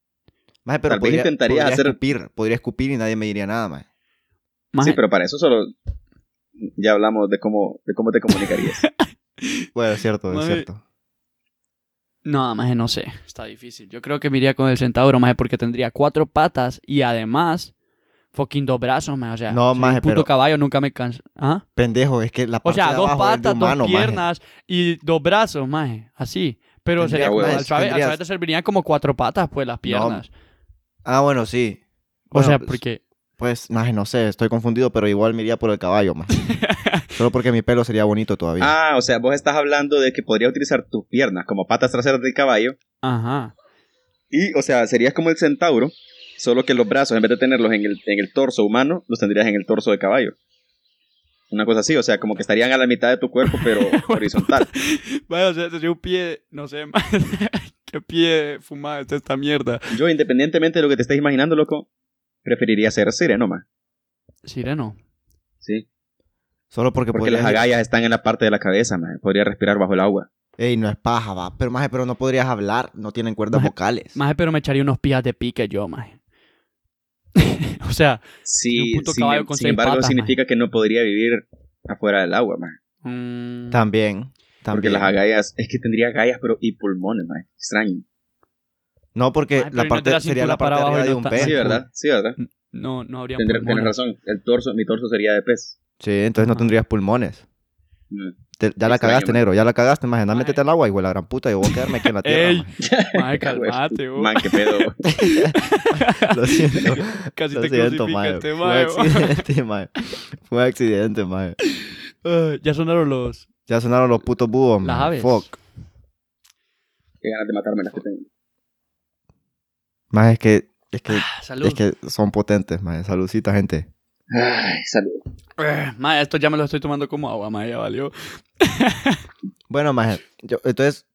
[SPEAKER 2] Mae, pero
[SPEAKER 3] Tal vez
[SPEAKER 2] podría,
[SPEAKER 3] intentaría
[SPEAKER 2] podría
[SPEAKER 3] hacer-
[SPEAKER 2] escupir, podría escupir y nadie me diría nada, mae.
[SPEAKER 4] Maje,
[SPEAKER 3] Sí, pero para eso solo ya hablamos de cómo, de cómo te comunicarías.
[SPEAKER 2] Bueno, es cierto, es
[SPEAKER 4] Mae.
[SPEAKER 2] cierto.
[SPEAKER 4] No, maje, eh, no sé. Está difícil. Yo creo que me iría con el centauro, maje, porque tendría cuatro patas y además fucking dos brazos, maje. O sea,
[SPEAKER 2] No,
[SPEAKER 4] soy un
[SPEAKER 2] maje,
[SPEAKER 4] puto
[SPEAKER 2] pero-
[SPEAKER 4] caballo nunca me canso. ¿Ah?
[SPEAKER 2] Pendejo, es que la
[SPEAKER 4] O
[SPEAKER 2] parte
[SPEAKER 4] sea,
[SPEAKER 2] de
[SPEAKER 4] dos
[SPEAKER 2] abajo es de
[SPEAKER 4] patas,
[SPEAKER 2] humano,
[SPEAKER 4] dos
[SPEAKER 2] mae.
[SPEAKER 4] piernas y dos brazos, maje. Así. Pero
[SPEAKER 2] Tendría
[SPEAKER 4] sería como
[SPEAKER 3] huevos,
[SPEAKER 4] al través, al
[SPEAKER 2] tendrías-
[SPEAKER 4] través te servirían como cuatro patas, pues, las piernas.
[SPEAKER 2] Ah, bueno, sí.
[SPEAKER 4] o
[SPEAKER 2] Bueno,
[SPEAKER 4] sea,
[SPEAKER 2] pues,
[SPEAKER 4] porque...
[SPEAKER 2] Pues, mae, no sé, estoy confundido, pero igual me iría por el caballo, mae. solo porque mi pelo sería bonito todavía.
[SPEAKER 3] ah, o sea, vos estás hablando de que podrías utilizar tus piernas como patas traseras del caballo
[SPEAKER 4] Ajá.
[SPEAKER 3] Y, o sea, serías como el centauro, solo que los brazos, en vez de tenerlos en el, en el torso humano, los tendrías en el torso de caballo. Una cosa así, o sea, como que estarían a la mitad de tu cuerpo, pero horizontal.
[SPEAKER 4] Bueno, o sea, sería un pie, no sé, maje. ¿Qué pie fumado está esta mierda?
[SPEAKER 3] Yo, independientemente de lo que te estés imaginando, loco, preferiría ser sireno, más.
[SPEAKER 4] Sireno.
[SPEAKER 3] Sí.
[SPEAKER 2] solo porque,
[SPEAKER 3] Porque
[SPEAKER 2] podría
[SPEAKER 3] las agallas están en la parte de la cabeza, man. Podría respirar bajo el agua.
[SPEAKER 2] Ey, no es paja, va. Pero, maje, pero no podrías hablar, no tienen cuerdas
[SPEAKER 4] Maje,
[SPEAKER 2] vocales.
[SPEAKER 4] Maje, pero me echaría unos pías de pique yo, maje. o sea,
[SPEAKER 3] Sí,
[SPEAKER 4] Y un puto
[SPEAKER 3] sin, em,
[SPEAKER 4] caballo con
[SPEAKER 3] sin
[SPEAKER 4] seis
[SPEAKER 3] embargo,
[SPEAKER 4] patas,
[SPEAKER 3] significa que no podría vivir afuera del agua, man.
[SPEAKER 4] mm,
[SPEAKER 2] También,
[SPEAKER 3] Porque
[SPEAKER 2] también.
[SPEAKER 3] las agallas, es que tendría agallas, pero y pulmones, man. Extraño.
[SPEAKER 2] No, porque
[SPEAKER 4] Ay, pero
[SPEAKER 2] la
[SPEAKER 4] no
[SPEAKER 2] parte
[SPEAKER 4] te da
[SPEAKER 2] sería
[SPEAKER 4] cintura
[SPEAKER 2] la
[SPEAKER 4] para
[SPEAKER 2] parte de
[SPEAKER 4] abajo y
[SPEAKER 2] arriba de
[SPEAKER 4] no
[SPEAKER 2] un
[SPEAKER 4] está-
[SPEAKER 2] pez.
[SPEAKER 3] Sí, ¿verdad? Sí, ¿verdad?
[SPEAKER 4] no, no habría
[SPEAKER 3] Tendré- Tienes
[SPEAKER 4] pulmones.
[SPEAKER 3] razón. El torso, mi torso sería de pez.
[SPEAKER 2] Sí, entonces no
[SPEAKER 4] Ajá.
[SPEAKER 2] tendrías pulmones.
[SPEAKER 3] Mm.
[SPEAKER 2] Te- ya la
[SPEAKER 3] Extraño,
[SPEAKER 2] cagaste,
[SPEAKER 3] Ah. man.
[SPEAKER 2] negro, ya la cagaste, maje. Anda,
[SPEAKER 4] Maje.
[SPEAKER 2] métete al agua, y la gran puta. Yo voy a quedarme aquí en la tierra.
[SPEAKER 4] Ey.
[SPEAKER 2] maje.
[SPEAKER 3] Güey,
[SPEAKER 4] Maje, calmate,
[SPEAKER 2] uh.
[SPEAKER 4] vos.
[SPEAKER 3] Man, qué pedo. güey.
[SPEAKER 2] Lo siento.
[SPEAKER 4] Casi
[SPEAKER 2] Lo
[SPEAKER 4] te
[SPEAKER 2] siento,
[SPEAKER 4] crucifica
[SPEAKER 2] maje.
[SPEAKER 4] este
[SPEAKER 2] Fue
[SPEAKER 4] maje, vos.
[SPEAKER 2] accidente, maje. Fue accidente, maje.
[SPEAKER 4] Ay, Ya sonaron los...
[SPEAKER 2] Ya sonaron los putos búhos,
[SPEAKER 4] Las
[SPEAKER 2] maje.
[SPEAKER 4] aves.
[SPEAKER 2] Fuck.
[SPEAKER 3] Qué ganas de matarme las que tengo.
[SPEAKER 2] Maje, es que, es que,
[SPEAKER 4] Ah, Salud.
[SPEAKER 2] es que son potentes, maje. Saludcita, gente.
[SPEAKER 3] Ay, salud.
[SPEAKER 4] Eh, Maje, esto ya me lo estoy tomando como agua, maje, ya valió.
[SPEAKER 2] Bueno, maje. Yo, entonces,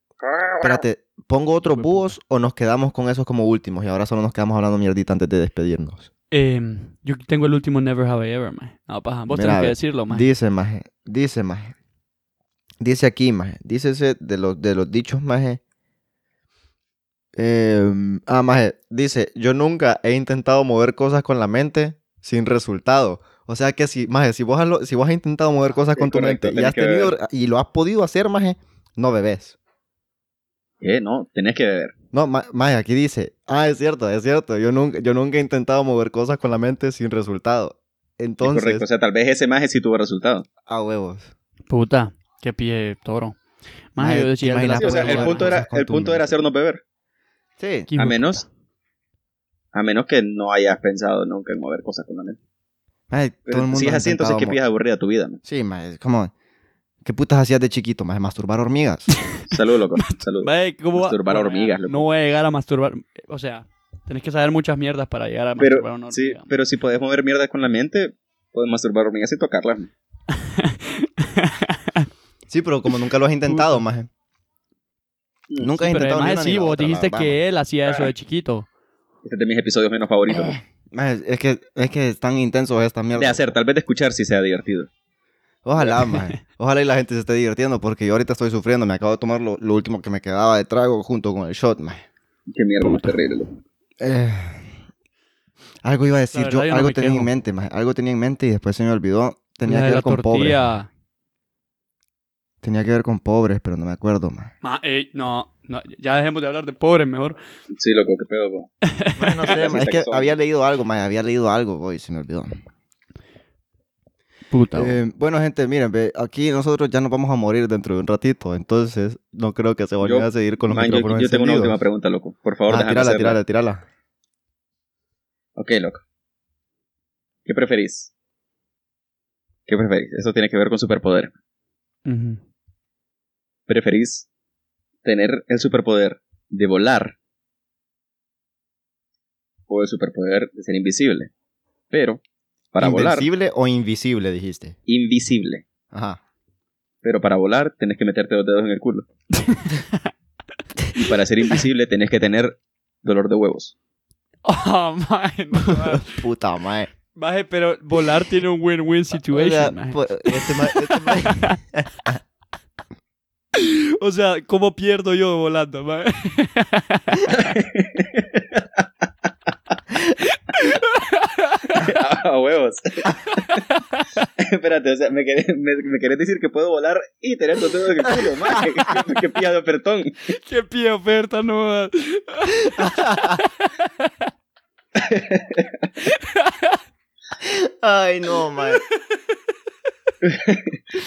[SPEAKER 2] Espérate, ¿pongo otros
[SPEAKER 4] Hijo de
[SPEAKER 2] búhos o nos quedamos con esos como últimos? Y ahora solo nos quedamos hablando mierdita antes de despedirnos.
[SPEAKER 4] Eh, yo tengo el último Never Have I Ever, maje. No, paja, vos
[SPEAKER 2] Mira,
[SPEAKER 4] tenés
[SPEAKER 2] a
[SPEAKER 4] que
[SPEAKER 2] ver,
[SPEAKER 4] decirlo, maje.
[SPEAKER 2] Dice Maje, dice Maje. Dice aquí, maje. Dícese de los, de los dichos, maje. Em, ah, maje. Dice, yo nunca he intentado mover cosas con la mente sin resultado. O sea que si, maje, si vos has, lo- si vos has intentado mover cosas
[SPEAKER 3] Ah, Sí,
[SPEAKER 2] con tu mente
[SPEAKER 3] correcto,
[SPEAKER 2] y,
[SPEAKER 3] tenés
[SPEAKER 2] has
[SPEAKER 3] que beber.
[SPEAKER 2] tenido, y lo has podido hacer, maje, no bebés.
[SPEAKER 3] Eh, no, tenés que beber.
[SPEAKER 2] No, ma- maje, aquí dice, ah, es cierto, es cierto. Yo nunca, yo nunca he intentado mover cosas con la mente sin resultado.
[SPEAKER 3] Es
[SPEAKER 2] Entonces,
[SPEAKER 3] correcto. O sea, tal vez ese maje sí tuvo resultado.
[SPEAKER 2] a huevos.
[SPEAKER 4] Puta, qué pie toro. Más
[SPEAKER 2] Mae,
[SPEAKER 4] yo decía
[SPEAKER 2] ¿te
[SPEAKER 4] que la
[SPEAKER 2] imaginas?
[SPEAKER 3] Sí, o sea,
[SPEAKER 2] puedes
[SPEAKER 3] el
[SPEAKER 2] mover
[SPEAKER 3] punto era,
[SPEAKER 2] cosas con
[SPEAKER 3] el
[SPEAKER 2] tu
[SPEAKER 3] punto era
[SPEAKER 2] mente.
[SPEAKER 3] hacernos beber.
[SPEAKER 2] Sí.
[SPEAKER 4] Qué hijo
[SPEAKER 3] a
[SPEAKER 4] de
[SPEAKER 3] menos-
[SPEAKER 4] puta.
[SPEAKER 3] A menos que no hayas pensado nunca en mover cosas con la mente.
[SPEAKER 2] Maje, todo
[SPEAKER 3] Pero
[SPEAKER 2] el mundo
[SPEAKER 3] si es
[SPEAKER 2] ha
[SPEAKER 3] así, entonces
[SPEAKER 2] intentado
[SPEAKER 3] qué
[SPEAKER 2] mo-
[SPEAKER 3] pijas aburrida tu vida, man.
[SPEAKER 2] Sí, maje, come on. ¿Qué putas hacías de chiquito, maje? Masturbar hormigas.
[SPEAKER 3] Salud, loco. Salud.
[SPEAKER 4] Mae, ¿cómo va-
[SPEAKER 3] Masturbar
[SPEAKER 4] Bueno,
[SPEAKER 3] hormigas,
[SPEAKER 4] ya,
[SPEAKER 3] loco.
[SPEAKER 4] No voy a llegar a masturbar. O sea, tenés que saber muchas mierdas para llegar a masturbar una
[SPEAKER 3] Pero, sí,
[SPEAKER 4] hormiga.
[SPEAKER 3] pero si podés mover mierda con la mente, podés masturbar hormigas sin tocarlas. man.
[SPEAKER 2] Sí, pero como nunca lo has intentado, maje. Nunca has
[SPEAKER 4] Pero
[SPEAKER 2] intentado ni
[SPEAKER 4] además
[SPEAKER 2] una ni
[SPEAKER 4] Mm, sí,
[SPEAKER 2] la
[SPEAKER 4] vos
[SPEAKER 2] otra,
[SPEAKER 4] dijiste
[SPEAKER 2] la
[SPEAKER 4] que
[SPEAKER 2] verdad,
[SPEAKER 4] él hacía eso de chiquito.
[SPEAKER 3] Este es de mis episodios menos favoritos.
[SPEAKER 2] Eh.
[SPEAKER 3] man.
[SPEAKER 2] maje. es que es que están intensos esta mierda.
[SPEAKER 3] De hacer, tal vez de escuchar si sea divertido.
[SPEAKER 2] Ojalá, maje. Ojalá y la gente se esté divirtiendo porque yo ahorita estoy sufriendo. Me acabo de tomar lo, lo último que me quedaba de trago junto con el shot, maje.
[SPEAKER 3] Qué mierda más terrible, loco.
[SPEAKER 2] Eh, algo iba a decir,
[SPEAKER 4] La
[SPEAKER 2] yo
[SPEAKER 4] verdad, yo no
[SPEAKER 2] algo
[SPEAKER 4] me
[SPEAKER 2] tenía
[SPEAKER 4] quejo.
[SPEAKER 2] en mente, maje. Algo tenía en mente y después se me olvidó. Tenía
[SPEAKER 4] La
[SPEAKER 2] que
[SPEAKER 4] de
[SPEAKER 2] ver
[SPEAKER 4] la
[SPEAKER 2] con pobres.
[SPEAKER 4] tortilla.
[SPEAKER 2] Tenía que ver con pobres, pero no me acuerdo, maje.
[SPEAKER 4] Ma- ey, no, no, ya dejemos de hablar de pobres mejor.
[SPEAKER 3] Sí, loco, qué pedo, po.
[SPEAKER 2] No sé, maje, Es que había leído algo, maje. Había leído algo, boy, se me olvidó.
[SPEAKER 4] Puta.
[SPEAKER 2] Eh, bueno, gente, miren, ve, aquí nosotros ya nos vamos a morir dentro de un ratito, entonces no creo que se vayan
[SPEAKER 3] Yo-
[SPEAKER 2] a seguir con los
[SPEAKER 3] Man, yo,
[SPEAKER 2] micrófonos
[SPEAKER 3] yo tengo una última
[SPEAKER 2] encendidos.
[SPEAKER 3] pregunta, loco. Por favor,
[SPEAKER 2] Ah,
[SPEAKER 3] déjame
[SPEAKER 2] tírala,
[SPEAKER 3] hacerla.
[SPEAKER 2] tírala, tírala.
[SPEAKER 3] Ok, loco. ¿Qué preferís? ¿Qué preferís? Esto tiene que ver con superpoder.
[SPEAKER 4] Ujú.
[SPEAKER 3] ¿Preferís tener el superpoder de volar o el superpoder de ser invisible? Pero, para volar,
[SPEAKER 2] ¿Invencible o invisible, dijiste?
[SPEAKER 3] invisible.
[SPEAKER 2] Ajá.
[SPEAKER 3] Pero para volar, tenés que meterte los dedos en el culo. y para ser invisible, tenés que tener dolor de huevos.
[SPEAKER 4] Oh, mae, no, mae.
[SPEAKER 2] Puta madre.
[SPEAKER 4] Mae, pero volar tiene un win-win situation.
[SPEAKER 2] O sea,
[SPEAKER 4] mae.
[SPEAKER 2] po- este ma- este ma-
[SPEAKER 4] O sea, ¿cómo pierdo yo volando, mae?
[SPEAKER 3] ¡Ah, huevos! Espérate, o sea, me, querés, me, me querés decir que puedo volar y tener los dedos en el culo, man. ¡Qué, qué pía de ofertón!
[SPEAKER 4] Qué pie oferta, no mae.
[SPEAKER 2] Ay, no, madre.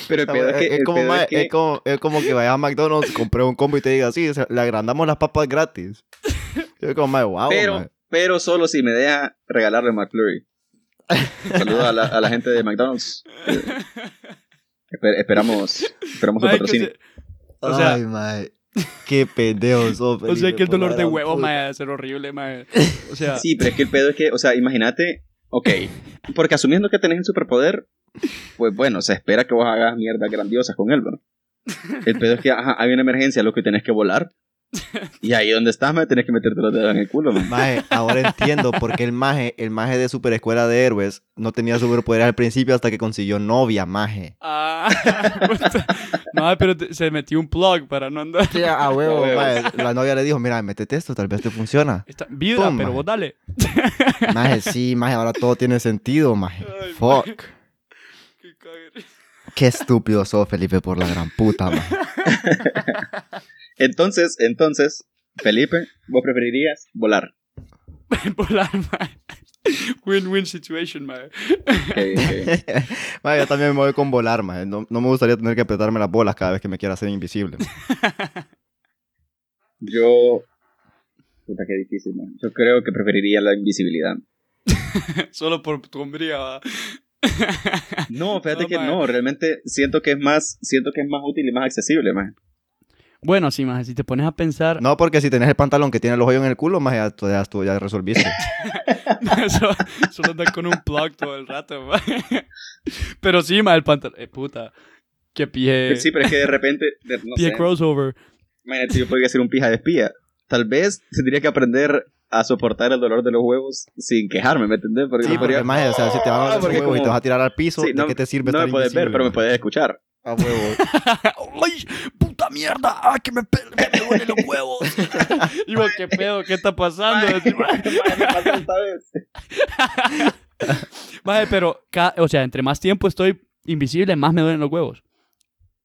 [SPEAKER 3] Pero el pedo es que...
[SPEAKER 2] Es
[SPEAKER 3] el
[SPEAKER 2] como,
[SPEAKER 3] pedo es
[SPEAKER 2] mae,
[SPEAKER 3] que-
[SPEAKER 2] es como- es como que vayas a McDonald's, compré un combo y te diga, sí, o sea, le agrandamos las papas gratis. Yo como, madre, wow,
[SPEAKER 3] pero, pero solo si me deja regalarle McFlurry. Saludos a la, a la gente de McDonald's. Eh, esper- esperamos esperamos su
[SPEAKER 4] Mae, que
[SPEAKER 3] patrocinio.
[SPEAKER 4] se- o sea-
[SPEAKER 2] Ay, madre. Qué pendejo sos,
[SPEAKER 4] O sea,
[SPEAKER 2] Felipe,
[SPEAKER 4] que el
[SPEAKER 2] por
[SPEAKER 4] dolor
[SPEAKER 2] la
[SPEAKER 4] de
[SPEAKER 2] gran
[SPEAKER 4] huevo,
[SPEAKER 2] puta.
[SPEAKER 4] mae, debe ser horrible, mae. O sea,
[SPEAKER 3] Sí, pero es que el pedo es que, o sea, imagínate, ok, porque asumiendo que tenés el superpoder, pues bueno, se espera que vos hagas mierdas grandiosas con él, ¿no? El pedo es que ajá, hay una emergencia, loco, y tenés que volar. Y ahí donde estás, me tenés que meterte los dedos en el culo, man.
[SPEAKER 2] Maje, ahora entiendo por qué el maje, el maje de Super Escuela de Héroes no tenía superpoderes al principio hasta que consiguió novia, maje.
[SPEAKER 4] ah, puta. Mae, pero te- se metió un plug para no andar.
[SPEAKER 2] a
[SPEAKER 3] huevo.
[SPEAKER 2] maje. La novia le dijo, mira, métete esto, tal vez te funciona.
[SPEAKER 4] Está, vibra,
[SPEAKER 2] Pum,
[SPEAKER 4] pero
[SPEAKER 2] mae.
[SPEAKER 4] vos dale.
[SPEAKER 2] Maje, sí, maje, ahora todo tiene sentido, maje.
[SPEAKER 4] Ay,
[SPEAKER 2] Fuck.
[SPEAKER 4] maje. Qué cague.
[SPEAKER 2] Qué estúpido sos, Felipe, por la gran puta, maje.
[SPEAKER 3] Entonces, entonces, Felipe, vos preferirías volar.
[SPEAKER 4] Volar, mae. Win-win situation, mae.
[SPEAKER 3] Ok, ok.
[SPEAKER 2] Maje, yo también me voy con volar, maje. No, no me gustaría tener que apretarme las bolas cada vez que me quiera hacer invisible. maje.
[SPEAKER 3] Yo. Puta, qué difícil, man. Yo creo que preferiría la invisibilidad.
[SPEAKER 4] Solo por tu hombría, va.
[SPEAKER 3] No, fíjate
[SPEAKER 4] No,
[SPEAKER 3] que
[SPEAKER 4] man.
[SPEAKER 3] no, realmente siento que es más, siento que es más útil y más accesible, man.
[SPEAKER 4] Bueno, sí, mae, si te pones a pensar...
[SPEAKER 2] No, porque si tenés el pantalón que tiene los hoyos en el culo, maje, ya, tú- ya, tú ya resolviste.
[SPEAKER 4] solo, solo andar con un plug todo el rato, mae. Pero sí, mae, el pantalón... Eh, puta. Qué pie...
[SPEAKER 3] Sí, pero es que de repente, de- no
[SPEAKER 4] Eh. pie
[SPEAKER 3] sé,
[SPEAKER 4] crossover.
[SPEAKER 3] imagínate, yo podría ser un pija de espía. Tal vez tendría que aprender a soportar el dolor de los huevos sin quejarme, ¿me entendés? Porque
[SPEAKER 2] Sí,
[SPEAKER 3] podría-
[SPEAKER 2] porque, maje, o sea, si te van a
[SPEAKER 3] Ah,
[SPEAKER 2] dar los
[SPEAKER 3] porque
[SPEAKER 2] huevos y
[SPEAKER 3] como-
[SPEAKER 2] te vas a tirar al piso,
[SPEAKER 3] Sí,
[SPEAKER 2] ¿de qué te sirve
[SPEAKER 3] no
[SPEAKER 2] estar
[SPEAKER 3] me puedes ver,
[SPEAKER 2] invisible,
[SPEAKER 3] pero me
[SPEAKER 2] maje?
[SPEAKER 3] puedes escuchar.
[SPEAKER 2] A huevo.
[SPEAKER 4] ¡Ay! ¡Puta mierda! ¡Ah, que me, pe- me duelen los huevos! y vos, ¿qué pedo? ¿Qué está pasando? Así,
[SPEAKER 3] Mae, me pasó esta vez.
[SPEAKER 4] Mae, pero, ca- o sea, entre más tiempo estoy invisible, más me duelen los huevos.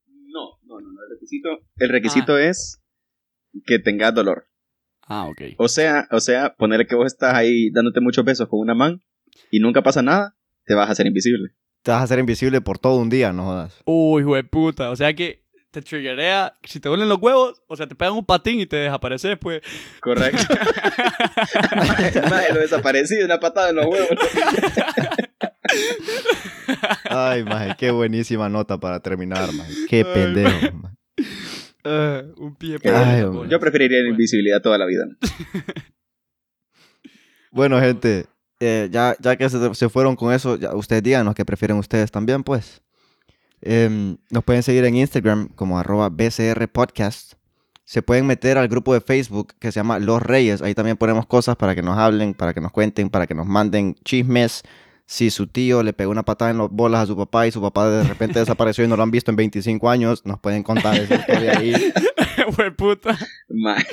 [SPEAKER 3] No, no, no, no, El requisito, el requisito
[SPEAKER 2] Ah.
[SPEAKER 3] es que tengas dolor.
[SPEAKER 4] Ah, ok.
[SPEAKER 3] O sea, o sea, poner que vos estás ahí dándote muchos besos con una man y nunca pasa nada, te vas a hacer invisible.
[SPEAKER 2] Te vas a hacer invisible por todo un día, no jodas.
[SPEAKER 4] Uy, hijo de puta. O sea que te triggerea. Si te duelen los huevos, o sea, te pegan un patín y te desapareces, pues.
[SPEAKER 3] Correcto. Mae, lo desaparecido, una patada en los huevos.
[SPEAKER 2] Ay, maje, qué buenísima nota para terminar, maje. Qué
[SPEAKER 4] Ay,
[SPEAKER 2] pendejo, maje.
[SPEAKER 4] Ah, un pie
[SPEAKER 3] Qué
[SPEAKER 4] para pues.
[SPEAKER 2] bueno.
[SPEAKER 4] la cola.
[SPEAKER 3] Yo preferiría la invisibilidad toda la vida.
[SPEAKER 2] Bueno, gente, eh, ya, ya que se, se fueron con eso, ya, ustedes díganos que prefieren ustedes también, pues. Em, nos pueden seguir en Instagram como arroba BCR Podcast. Se pueden meter al grupo de Facebook que se llama Los Reyes. Ahí también ponemos cosas para que nos hablen, para que nos cuenten, para que nos manden chismes. Si su tío le pegó una patada en las bolas a su papá y su papá de repente desapareció y no lo han visto en 25 años, nos pueden contar esa historia ahí.
[SPEAKER 4] Hijo de puta.
[SPEAKER 3] Mae.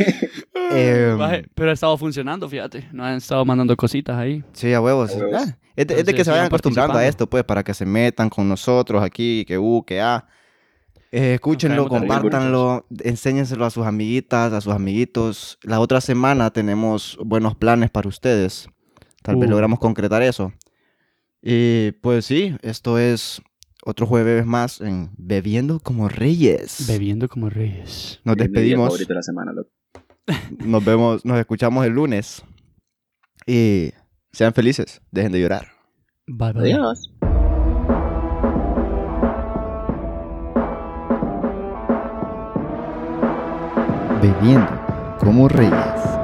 [SPEAKER 2] Em.
[SPEAKER 4] Maje, Pero ha estado funcionando, fíjate. Nos han estado mandando cositas ahí.
[SPEAKER 2] Sí, a huevos.
[SPEAKER 3] A huevos.
[SPEAKER 2] Ah, es, de, es de
[SPEAKER 4] Entonces,
[SPEAKER 2] que se vayan
[SPEAKER 4] sigan
[SPEAKER 2] acostumbrando a
[SPEAKER 4] participando.
[SPEAKER 2] esto, pues, para que se metan con nosotros aquí, que U, que A. Eh, escúchenlo,
[SPEAKER 4] Nos caemos
[SPEAKER 3] también
[SPEAKER 2] compártanlo, enséñenselo a sus amiguitas, a sus amiguitos. La otra semana tenemos buenos planes para ustedes. Tal vez
[SPEAKER 4] Uh.
[SPEAKER 2] logramos concretar eso. Y pues sí, esto es otro jueves más en Bebiendo como Reyes.
[SPEAKER 4] Bebiendo como reyes.
[SPEAKER 2] Nos
[SPEAKER 3] Es mi día
[SPEAKER 2] despedimos
[SPEAKER 3] favorito de la semana, loco.
[SPEAKER 2] nos vemos, nos escuchamos el lunes. Y sean felices, dejen de llorar.
[SPEAKER 4] Bye, bye.
[SPEAKER 3] Adiós.
[SPEAKER 1] Bebiendo como reyes.